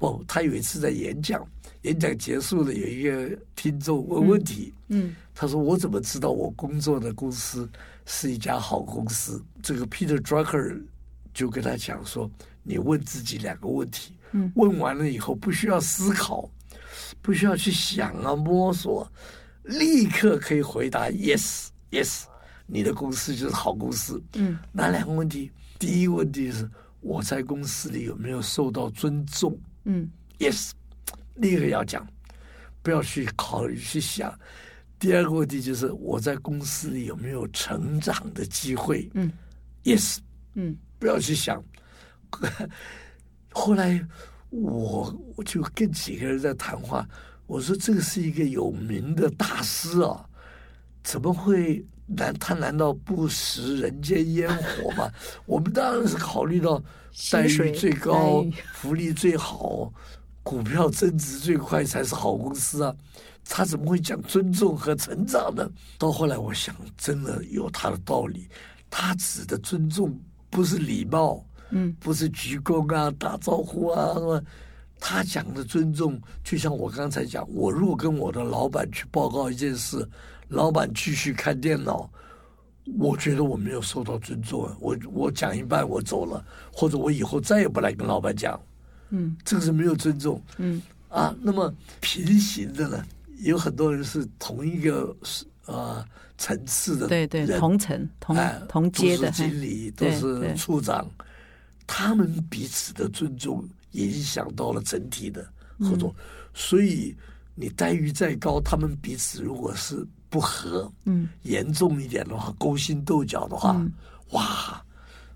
S1: 哦，他有一次在演讲，演讲结束了，有一个听众问问题，
S2: 嗯
S1: 他说：“我怎么知道我工作的公司是一家好公司？”这个 Peter Drucker 就跟他讲说：“你问自己两个问题，
S2: 嗯
S1: 问完了以后不需要思考，不需要去想啊摸索，立刻可以回答 yes yes，你的公司就是好公司。”
S2: 嗯
S1: 哪两个问题？第一个问题是我在公司里有没有受到尊重
S2: 嗯
S1: ？Yes，立刻要讲，不要去考虑去想。第二个问题就是我在公司里有没有成长的机会
S2: 嗯
S1: ？Yes，
S2: 嗯
S1: 不要去想。后来我我就跟几个人在谈话，我说这个是一个有名的大师啊，怎么会难？他难道不食人间烟火吗？ 我们当然是考虑到待
S2: 薪水
S1: 遇最高
S2: 待遇、
S1: 福利最好、股票增值最快才是好公司啊。他怎么会讲尊重和成长呢？到后来我想，真的有他的道理。他指的尊重不是礼貌，
S2: 嗯
S1: 不是鞠躬啊、打招呼啊，什么他讲的尊重，就像我刚才讲，我如果跟我的老板去报告一件事，老板继续看电脑，我觉得我没有受到尊重啊，我我讲一半我走了，或者我以后再也不来跟老板讲，
S2: 嗯
S1: 这个是没有尊重
S2: 嗯
S1: 啊。那么平行的呢，有很多人是同一个呃层次的
S2: 对对
S1: 人
S2: 同层同
S1: 哎
S2: 同阶的
S1: 都是经理都
S2: 对
S1: 是
S2: 对
S1: 处长，他们彼此的尊重影响到了整体的合作，
S2: 嗯
S1: 所以你待遇再高，他们彼此如果是不和，
S2: 嗯
S1: 严重一点的话，勾心斗角的话，
S2: 嗯
S1: 哇，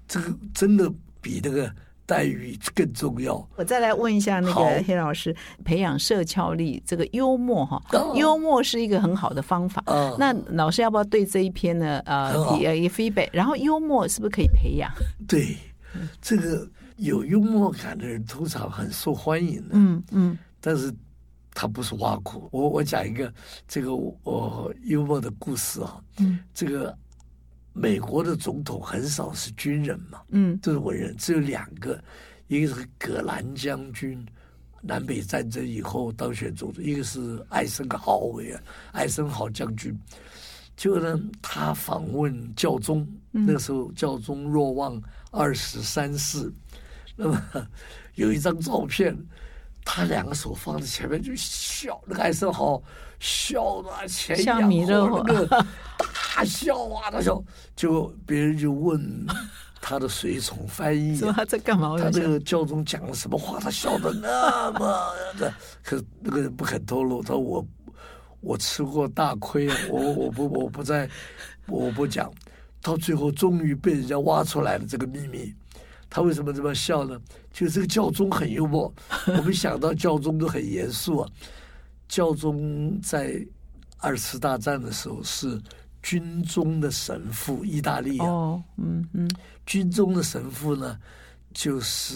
S1: 这个真的比那个待遇更重要。
S2: 我再来问一下那
S1: 好
S2: 个黑老师，培养社交力，这个幽默哈，
S1: 哦
S2: 幽默是一个很好的方法。
S1: 啊
S2: 那老师要不要对这一篇呢？呃
S1: 很好，
S2: 也也 feedback，然后幽默是不是可以培养？
S1: 对，这个有幽默感的人通常很受欢迎的，
S2: 嗯嗯
S1: 但是他不是挖苦。我我讲一个这个我、幽默的故事啊，
S2: 嗯
S1: 这个美国的总统很少是军人嘛，
S2: 嗯
S1: 都是文人，只有两个，一个是葛兰将军，南北战争以后当选总统，一个是艾森豪威尔，艾森豪将军。结果呢，他访问教宗，
S2: 嗯
S1: 那个时候教宗若望二十三世，那么有一张照片，他两个手放在前面就笑，那个艾森豪笑的前
S2: 笑
S1: 仰
S2: 迷了
S1: 后
S2: 我
S1: 那个大笑啊大笑，结果别人就问他的随从翻译、
S2: 说
S1: 啊。
S2: 他在干嘛？我
S1: 他
S2: 在
S1: 这
S2: 想
S1: 个教宗讲了什么话，他笑的那么的，可那个人不肯透露。他说我我吃过大亏啊，我我不我不在，我不讲。到最后终于被人家挖出来了这个秘密。他为什么这么笑呢？就是这个教宗很幽默，我们想到教宗都很严肃啊。教宗在二次大战的时候是军中的神父，意大利啊。
S2: 哦，嗯嗯
S1: 军中的神父呢，就是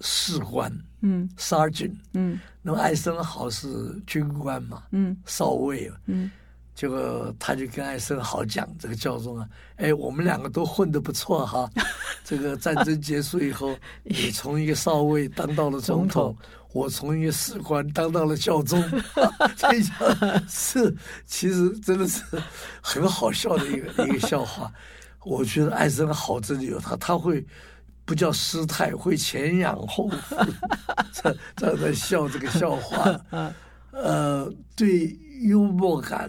S1: 士官
S2: 嗯
S1: （sergeant）。
S2: 嗯
S1: 那么艾森豪是军官嘛，
S2: 嗯
S1: 少尉啊。
S2: 嗯
S1: 结果他就跟艾森豪讲，这个教宗啊，哎，我们两个都混得不错 哈。这个战争结束以 后，你从一个少尉当到了总统，我从一个士官当到了教 宗。这一下是其实真的是很好笑的一个一个笑话。我觉得艾森豪真的有他，他会。不叫失态，会前仰后俯，这这在笑这个笑话。呃，对幽默感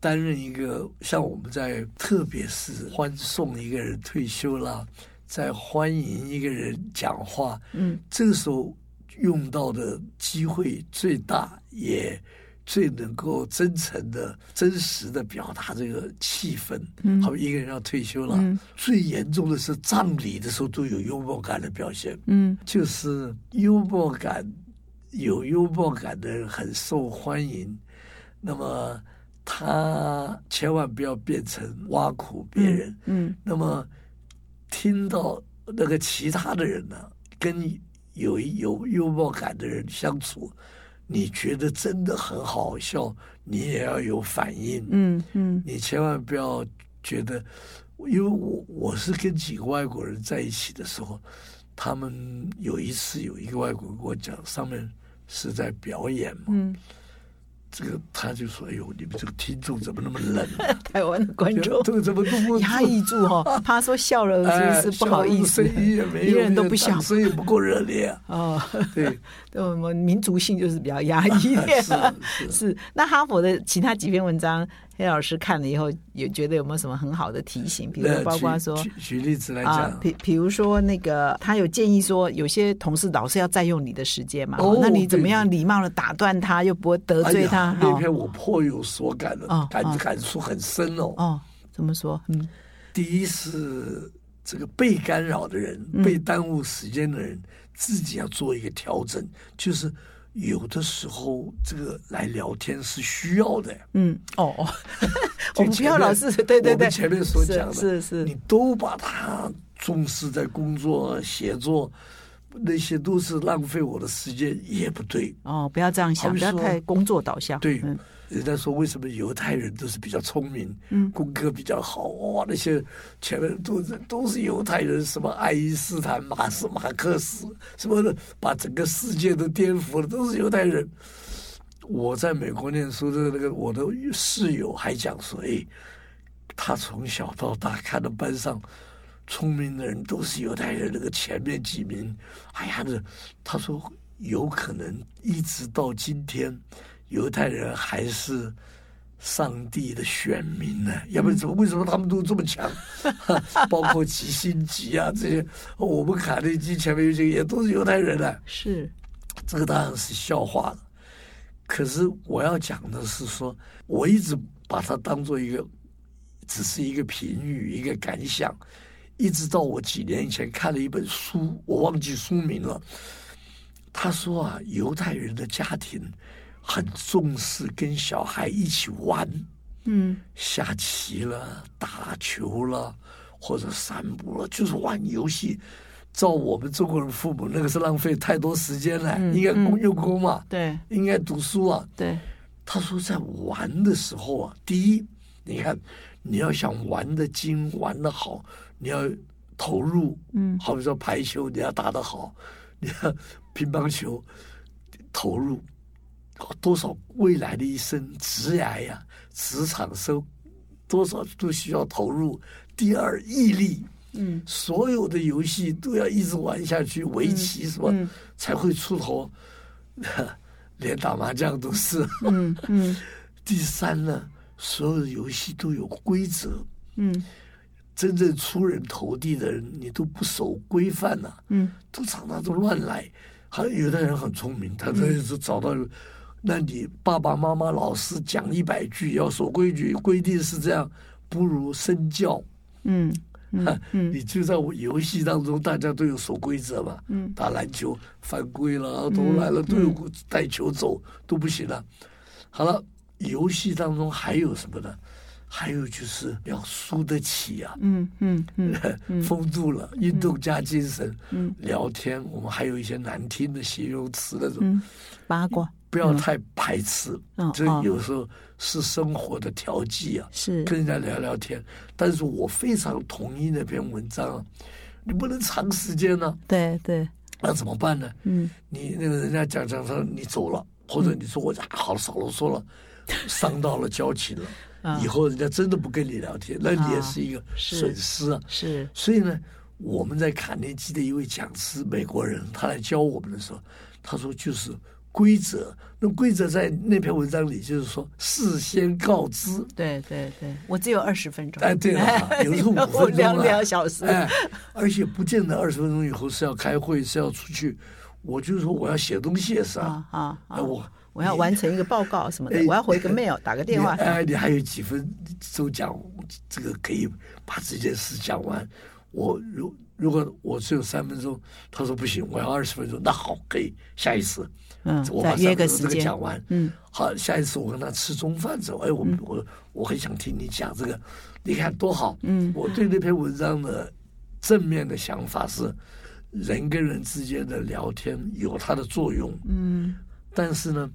S1: 担任一个像我们在特别是欢送一个人退休啦，在欢迎一个人讲话，
S2: 嗯，
S1: 这个时候用到的机会最大，也最能够真诚的、真实的表达这个气氛。嗯，好比一个人要退休了，
S2: 嗯
S1: 最严重的是葬礼的时候都有幽默感的表现。
S2: 嗯
S1: 就是幽默感，有幽默感的人很受欢迎。那么他千万不要变成挖苦别人。
S2: 嗯
S1: 那么听到那个其他的人呢、跟有有幽默感的人相处，你觉得真的很好笑，你也要有反应。
S2: 嗯嗯
S1: 你千万不要觉得，因为我我是跟几个外国人在一起的时候，他们有一次有一个外国人跟我讲，上面是在表演嘛，
S2: 嗯，
S1: 这个他就说：“哎呦，你们这个听众怎么那么冷、 啊
S2: 台湾的观？ 众
S1: 这个怎么那么
S2: 压抑住哈，怕说笑了
S1: 哎，
S2: 就是不好意 思
S1: 笑容声音也没有，
S2: 一个人都不想
S1: 想，声也不够热烈、啊。
S2: 哦。
S1: 对，
S2: 对呃我们民族性就是比较压抑一 点。
S1: 是是。
S2: 是，那哈佛的其他几篇文章，黑老师看了以后，有觉得有没有什么很好的提醒？比如
S1: 那
S2: 说包括
S1: 举
S2: 说
S1: 举举例子来
S2: 啊
S1: 呃讲，，
S2: 比比如说那个，他有建议说，有些同事老是要占用你的时间嘛，
S1: 哦
S2: 那你怎么
S1: 对
S2: 样礼貌的打断他，又不会得
S1: 哎
S2: 罪
S1: 呀
S2: 他？
S1: 那
S2: 哦
S1: 篇我颇有所感的，
S2: 哦
S1: 感
S2: 哦
S1: 感触很深哦。
S2: 哦，怎么说？嗯
S1: 第一是这个被干扰的人、
S2: 嗯
S1: 被耽误时间的人，自己要做一个调整，就是有的时候这个来聊天是需要的。
S2: 嗯，哦 哦，
S1: 就
S2: 我们不
S1: 前
S2: 要
S1: 面
S2: 老是 对对
S1: 我
S2: 对，
S1: 们前面所讲的，
S2: 是是
S1: 你
S2: 是，
S1: 都把它重视在工作、写作，那些都是浪费我的时间，也不对。
S2: 哦，不要这样
S1: 好
S2: 想，
S1: 比
S2: 不要
S1: 说
S2: 太工作导向。
S1: 对
S2: 嗯，
S1: 人家说为什么犹太人都是比较聪明，嗯，功课比较好，哇，那些前面都是都是犹太人，什么爱因斯坦、马斯马克思什么的，把整个世界都颠覆了，都是犹太人。我在美国念书的那个我的室友还讲说，哎，他从小到大看到班上聪明的人都是犹太人，那个前面几名，哎呀，这他说有可能一直到今天，犹太人还是上帝的选民呢、要不然怎么为什么他们都这么强？包括基辛吉啊这些，我们卡内基前面有些也都是犹太人啊。
S2: 是，
S1: 这个当然是笑话了。可是我要讲的是说，我一直把它当做一个，只是一个评语，一个感想。一直到我几年以前看了一本书，我忘记书名了。他说啊，犹太人的家庭很重视跟小孩一起玩，
S2: 嗯
S1: 下棋了、打球了，或者散步了，就是玩游戏。照我们中国人父母，那个是浪费太多时间了，应该
S2: 嗯
S1: 功用功嘛，
S2: 对
S1: 应该读书啊。
S2: 对，
S1: 他说在玩的时候啊，第一，你看你要想玩的精，玩的好，你要投入，
S2: 嗯
S1: 好比说排球，你要打得好，你要乒乓球投入，多少未来的一生职涯呀、职场生，多少都需要投入。第二，毅力，
S2: 嗯
S1: 所有的游戏都要一直玩下去，围棋什么、
S2: 嗯
S1: 才会出头， 连打麻将都是。
S2: 嗯嗯
S1: 第三呢，所有的游戏都有规则，
S2: 嗯
S1: 真正出人头地的人，你都不守规范呐、
S2: 嗯
S1: 都常常都乱来。还有的人很聪明，他这是找到，那你爸爸妈妈、老师讲一百句要守规矩，规定是这样，不如身教。
S2: 嗯 嗯嗯
S1: 你就在我游戏当中，大家都有守规则嘛。
S2: 嗯
S1: 打篮球犯规了，投篮了，都有带球走都不行了。好了，游戏当中还有什么呢？还有就是要输得起啊，
S2: 嗯嗯嗯
S1: 风度了，运动加精神。
S2: 嗯
S1: 聊天我们还有一些难听的形容词那种，
S2: 嗯，八卦
S1: 不要太排斥
S2: 嗯。
S1: 这
S2: 哦
S1: 有时候是生活的调剂啊。
S2: 是
S1: 跟人家聊聊天，但是我非常同意那篇文章啊，你不能长时间呢、啊
S2: 对对，
S1: 那怎么办呢？
S2: 嗯
S1: 你那个人家讲讲说你走了，或者你说我啊好了少啰嗦了，伤到了交情
S2: 啊
S1: 了，以后人家真的不跟你聊天，那你也是一个
S2: 是
S1: 损失啊。
S2: 是
S1: 所以呢，我们在卡内基的一位讲师，美国人，他来教我们的时候，他说就是规则。那规则在那篇文章里就是说事先告知。
S2: 对对对，我只有二十分钟。
S1: 哎，对了，有时候五
S2: 我
S1: 分钟
S2: 聊
S1: 了
S2: 两小时
S1: 哎，而且不见得二十分钟以后是要开会，是要出去。我就说我要写东西也是啊，
S2: 啊啊
S1: 哎
S2: 啊！
S1: 我
S2: 我要完成一个报告什么的
S1: 哎，
S2: 我要回个 mail，打个电话
S1: 你。哎，你还有几分钟讲，这个可以把这件事讲完。我如如果我只有三分钟，他说不行，我要二十分钟。那好，可以，下一次，
S2: 嗯
S1: 我
S2: 再
S1: 把
S2: 约
S1: 三
S2: 个
S1: 分
S2: 时
S1: 钟这个
S2: 间
S1: 讲完。
S2: 嗯，
S1: 好，下一次我跟他吃中饭之后，哎，我们我我很想听你讲这个，你看多好。
S2: 嗯
S1: 我对那篇文章的正面的想法是，人跟人之间的聊天有它的作用。
S2: 嗯
S1: 但是呢，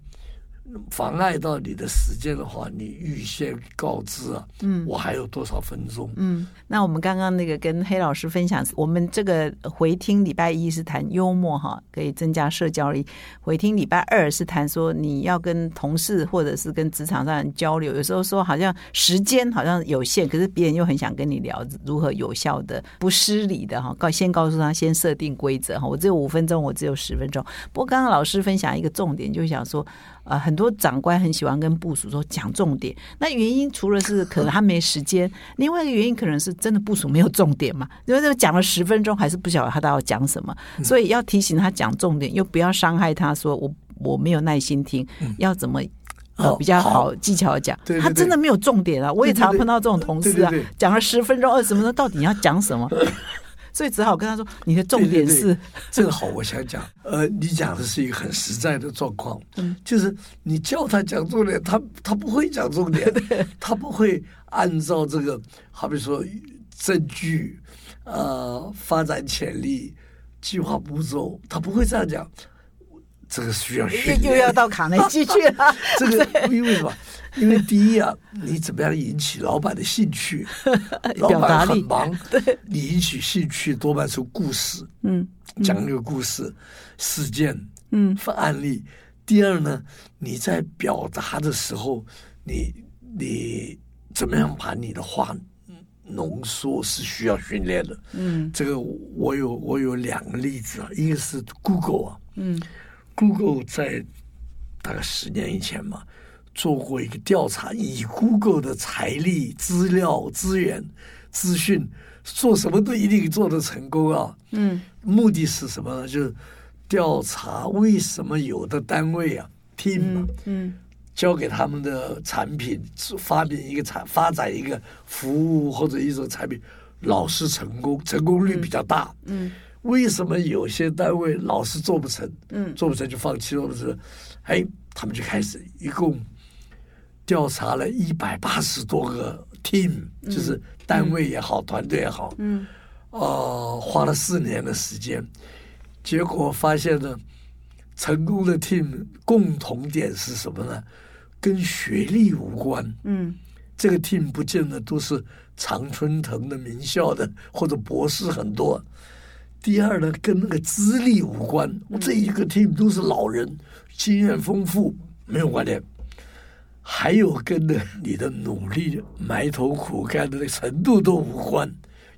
S1: 妨碍到你的时间的话，你预先告知啊，
S2: 嗯
S1: 我还有多少分钟？
S2: 嗯，那我们刚刚那个跟黑老师分享，我们这个回听礼拜一是谈幽默哈，可以增加社交力；回听礼拜二是谈说你要跟同事或者是跟职场上人交流，有时候说好像时间好像有限，可是别人又很想跟你聊如何有效的、不失礼的哈，告先告诉他先设定规则哈，我只有五分钟，我只有十分钟。不过刚刚老师分享一个重点，就是想说，呃，很多长官很喜欢跟部署说讲重点，那原因除了是可能他没时间，另外一个原因可能是真的部署没有重点嘛，因为这个讲了十分钟还是不晓得他到底要讲什么，
S1: 嗯
S2: 所以要提醒他讲重点，又不要伤害他说我我没有耐心听，要怎么。呃
S1: 嗯哦，
S2: 比较
S1: 好
S2: 好技巧地讲，
S1: 对对
S2: 他
S1: 对
S2: 真的没有重点啊！我也
S1: 对对
S2: 常
S1: 对
S2: 碰到这种同事啊
S1: 对对对，
S2: 讲了十分钟、二十分钟，到底你要讲 什么？所以只好跟他说，你的重点
S1: 对
S2: 是，
S1: 正好我想讲，呃，你讲的是一个很实在的状况，
S2: 嗯
S1: 就是你叫他讲重点，他他不会讲重 点，他不会按照这个，好比说证据、呃发展潜力、计划步骤，他不会这样讲。这个需要训
S2: 又
S1: 练，
S2: 又要到卡内基去了。
S1: 这个因为什么？因为第一啊，你怎么样引起老板的兴 趣？老
S2: 表达
S1: 板
S2: 力
S1: 很忙，对，你引起兴趣多半是故事，
S2: 嗯
S1: 讲一个故事、事件、
S2: 嗯
S1: 案例。第二呢，你在表达的时候，你你怎么样把你的话浓缩是需要训练的。
S2: 嗯
S1: 这个我有我有两个例子啊，一个是 Google 啊，
S2: 嗯
S1: Google 在大概十年以前嘛，做过一个调查，以 Google 的财力、资料、资源、资讯，做什么都一定做得成功啊。
S2: 嗯
S1: 目的是什么呢？就是调查为什么有的单位啊，team 啊，
S2: 嗯
S1: 交给他们的产品，发明一个产，发展一个服务或者一种产品，老是成功，成功率比较大。
S2: 嗯
S1: 为什么有些单位老是做不成？
S2: 嗯
S1: 做不成就放弃，做不成，哎，他们就开始一共调查了一百八十多个 team，、就是单位也好，团队也好，
S2: 嗯
S1: 呃，花了四年的时间，结果发现呢，成功的 team 共同点是什么呢？跟学历无关。
S2: 嗯
S1: 这个 team 不见得都是常春藤的名校的或者博士很多。第二呢，跟那个资历无关，这一个 team 都是老人，经验丰富，没有关联。还有跟的你的努力、埋头苦干的那个程度都无关，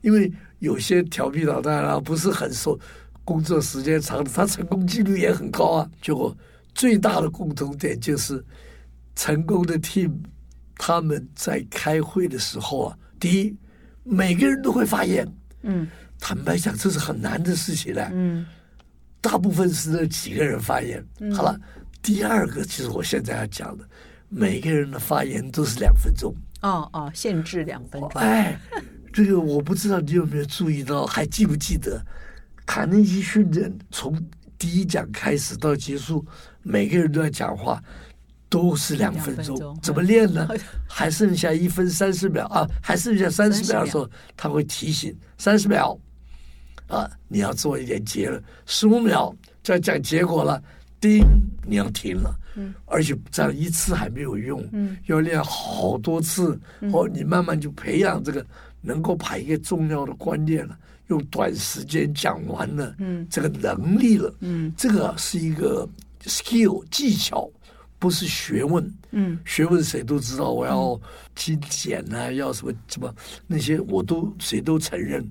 S1: 因为有些调皮捣蛋啊，不是很受工作时间长的，他成功几率也很高啊。结果最大的共同点就是，成功的 team 他们在开会的时候啊，第一，每个人都会发言。
S2: 嗯
S1: 坦白讲，这是很难的事情呢。
S2: 嗯
S1: 大部分是那几个人发言。好了，第二个就是我现在要讲的，每个人的发言都是两分钟。
S2: 哦哦，限制两分钟。
S1: 哎，这个我不知道你有没有注意到，还记不记得卡内基训练从第一讲开始到结束，每个人都要讲话，都是两分
S2: 两分
S1: 钟，
S2: 钟
S1: 怎么练呢
S2: 嗯？
S1: 还剩下一分三十秒啊，还剩下三
S2: 30
S1: 十秒的时候，他会提醒三十秒啊，你要做一点结论，十五秒就要讲结果了，叮，你要停了。而且这样一次还没有用，要练好多次，哦，你慢慢就培养这个能够把一个重要的观念了，用短时间讲完了，
S2: 嗯
S1: 这个能力了，
S2: 嗯，
S1: 这个是一个 skill 技巧，不是学问。
S2: 嗯
S1: 学问谁都知道，我要精简呐、要什么什么那些我都谁都承认，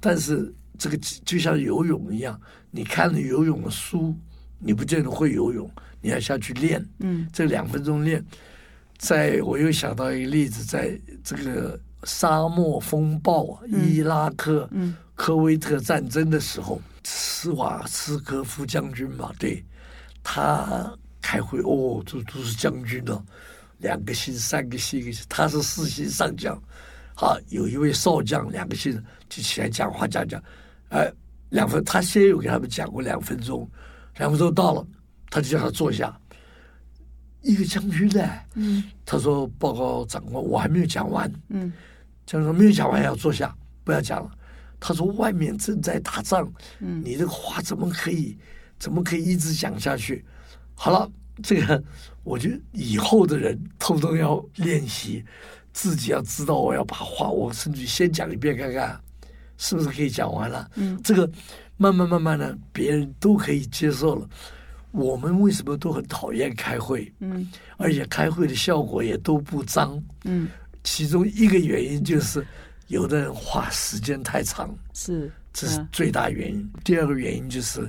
S1: 但是这个就像游泳一样，你看了游泳的书，你不见得会游泳，你要下去练。
S2: 嗯
S1: 这两分钟练，在我又想到一个例子，在这个沙漠风暴啊、伊拉克、
S2: 嗯
S1: 科威特战争的时候，斯瓦斯科夫将军嘛，对他开会哦，这都是将军呢、两个星、三个星，一个星他是四星上将，啊，有一位少将，两个星就起来讲话讲讲，哎，两分他先有给他们讲过两分钟，两分钟到了，他就叫他坐下，一个将军呢，
S2: 嗯
S1: 他说报告长官，我还没有讲完，
S2: 嗯
S1: 将军说没有讲完要坐下，不要讲了。他说外面正在打仗，
S2: 嗯
S1: 你这个话怎么可以，怎么可以一直讲下去？好了，这个我觉得以后的人通通要练习，自己要知道我要把话，我甚至先讲一遍看看，是不是可以讲完了？
S2: 嗯
S1: 这个慢慢慢慢的，别人都可以接受了。我们为什么都很讨厌开会？
S2: 嗯
S1: 而且开会的效果也都不彰。
S2: 嗯，
S1: 其中一个原因就是有的人花时间太长，
S2: 是
S1: 这是
S2: 嗯
S1: 最大原因。第二个原因就是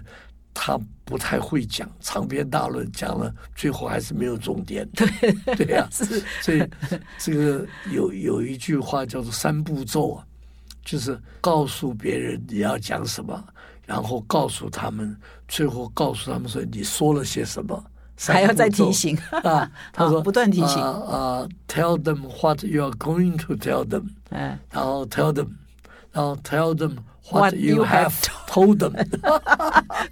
S1: 他不太会讲长篇大论，讲了最后还是没有重点。对对呀、
S2: 是
S1: 所以这个有有一句话叫做三步骤啊，就是告诉别人你要讲什么，然后告诉他们，最后告诉他们说你说了些什么。三
S2: 还要再
S1: 步骤
S2: 提醒
S1: 啊， 他说、
S2: 啊不断提醒
S1: 啊、t e l l them what you are going to tell them，
S2: 嗯
S1: 然后 tell them，然后 tell them what
S2: What you
S1: you
S2: have
S1: have told them，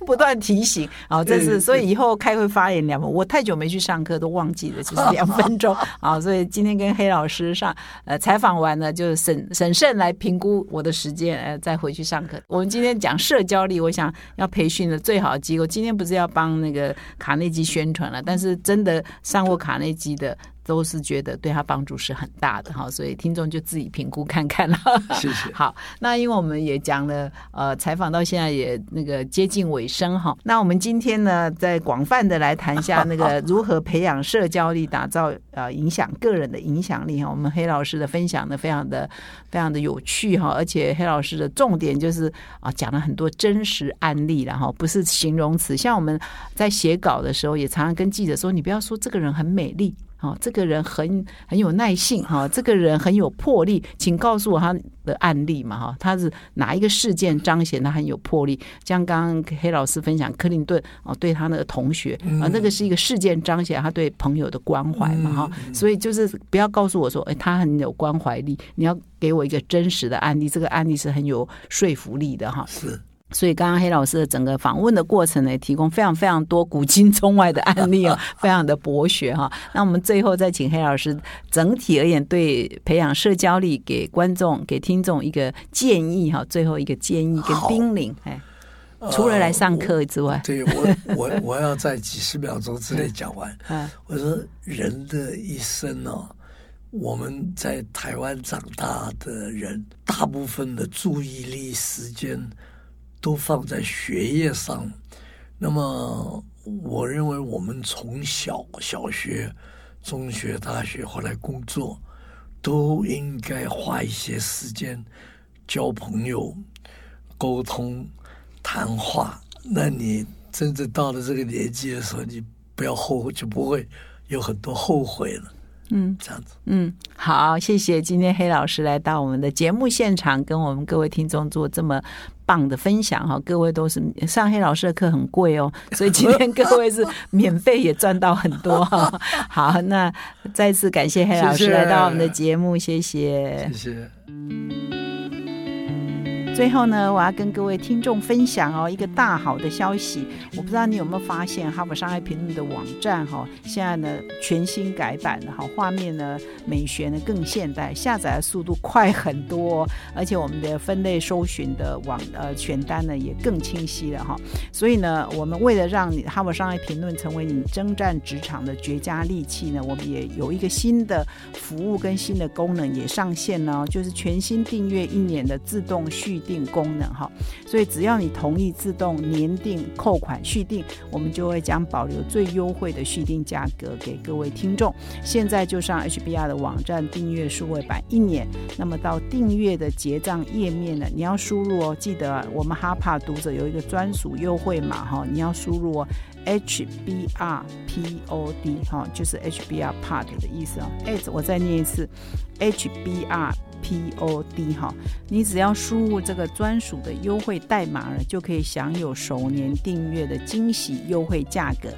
S2: 不断提 醒啊，这是
S1: 对
S2: 所以以后开会发言两分，我太久没去上课都忘记了，就是 两分钟啊。所以今天跟黑老师上呃采访完呢，就审审慎来评估我的时间，呃，再回去上课。我们今天讲社交力，我想要培训的最好的机构，今天不是要帮那个卡内基宣传了，但是真的上过卡内基的。都是觉得对他帮助是很大的哈，所以听众就自己评估看看了。
S1: 谢 谢。
S2: 好，那因为我们也讲了，呃，采访到现在也那个接近尾声哈。那我们今天呢，再广泛的来谈一下那个如何培养社交力，打造呃影响个人的影响力哈。我们黑老师的分享呢，非常的非常的有趣哈，而且黑老师的重点就是啊，讲了很多真实案例然后不是形容词。像我们在写稿的时候，也常常跟记者说，你不要说这个人很美丽。哦，这个人很很有耐性哈、这个人很有魄力，请告诉我他的案例嘛哈、他是哪一个事件彰显他很有魄力？像刚刚黑老师分享克林顿哦，对他那个同学啊、那个是一个事件彰显他对朋友的关怀嘛哈、啊
S1: 嗯
S2: 所以就是不要告诉我说，哎，他很有关怀力，你要给我一个真实的案例，这个案例是很有说服力的哈、
S1: 是
S2: 所以，刚刚黑老师的整个访问的过程呢，也提供非常非常多古今中外的案例哦， 非常的博学哈、那我们最后再请黑老师整体而言对培养社交力给观众、给听众一个建议哈、最后一个建议跟
S1: 好呃
S2: 叮咛哎，除了来上课之外，
S1: 啊对我，我我要在几十秒钟之内讲完。
S2: 嗯
S1: 我说，人的一生呢、我们在台湾长大的人，大部分的注意力、时间都放在学业上。那么，我认为我们从小小学、中学、大学，后来工作，都应该花一些时间交朋友、沟通、谈话。那你真正到了这个年纪的时候，你不要后悔，就不会有很多后悔了。嗯，这样子。
S2: 嗯，好，谢谢今天黑老师来到我们的节目现场，跟我们各位听众做这么。棒的分享哈，各位都是上黑老师的课很贵哦，所以今天各 位是免费也赚到很多哈。好，那再次感谢黑老
S1: 谢
S2: 师
S1: 谢
S2: 来到我们的节目，谢谢
S1: 谢谢。
S2: 最后呢，我要跟各位听众分享哦一个大好的消息。我不知道你有没有发现，哈佛商业评论的网站哈、现在呢全新改版了哈，画面呢美学呢更现代，下载的速度快很多哦、而且我们的分类搜寻的网呃选单呢也更清晰了哈、所以呢，我们为了让你哈佛商业评论成为你征战职场的绝佳利器呢，我们也有一个新的服务跟新的功能也上线了哦，就是全新订阅一年的自动续订功能哈。所以只要你同意自动年定扣款续订，我们就会将保留最优惠的续订价格给各位听众。现在就上 HBR 的网站订阅数位版一年，那么到订阅的结账页面呢，你要输入哦，记得啊我们哈帕读者有一个专属优惠码哈、你要输入哦。HBRPOD 哈、就是 HBR Pod 的意思啊、哦。哎，我再念一次，HBRPOD 哈、你只要输入这个专属的优惠代码呢，就可以享有首年订阅的惊喜优惠价格。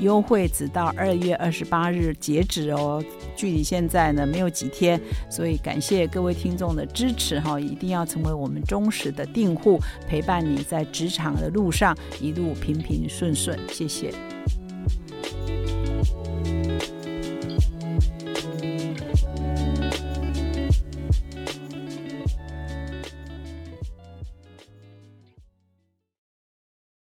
S2: 优惠直到二月二十八日截止哦，距离现在呢没有几天，所以感谢各位听众的支持哈、一定要成为我们忠实的订户，陪伴你在职场的路上一路平平顺顺，谢谢。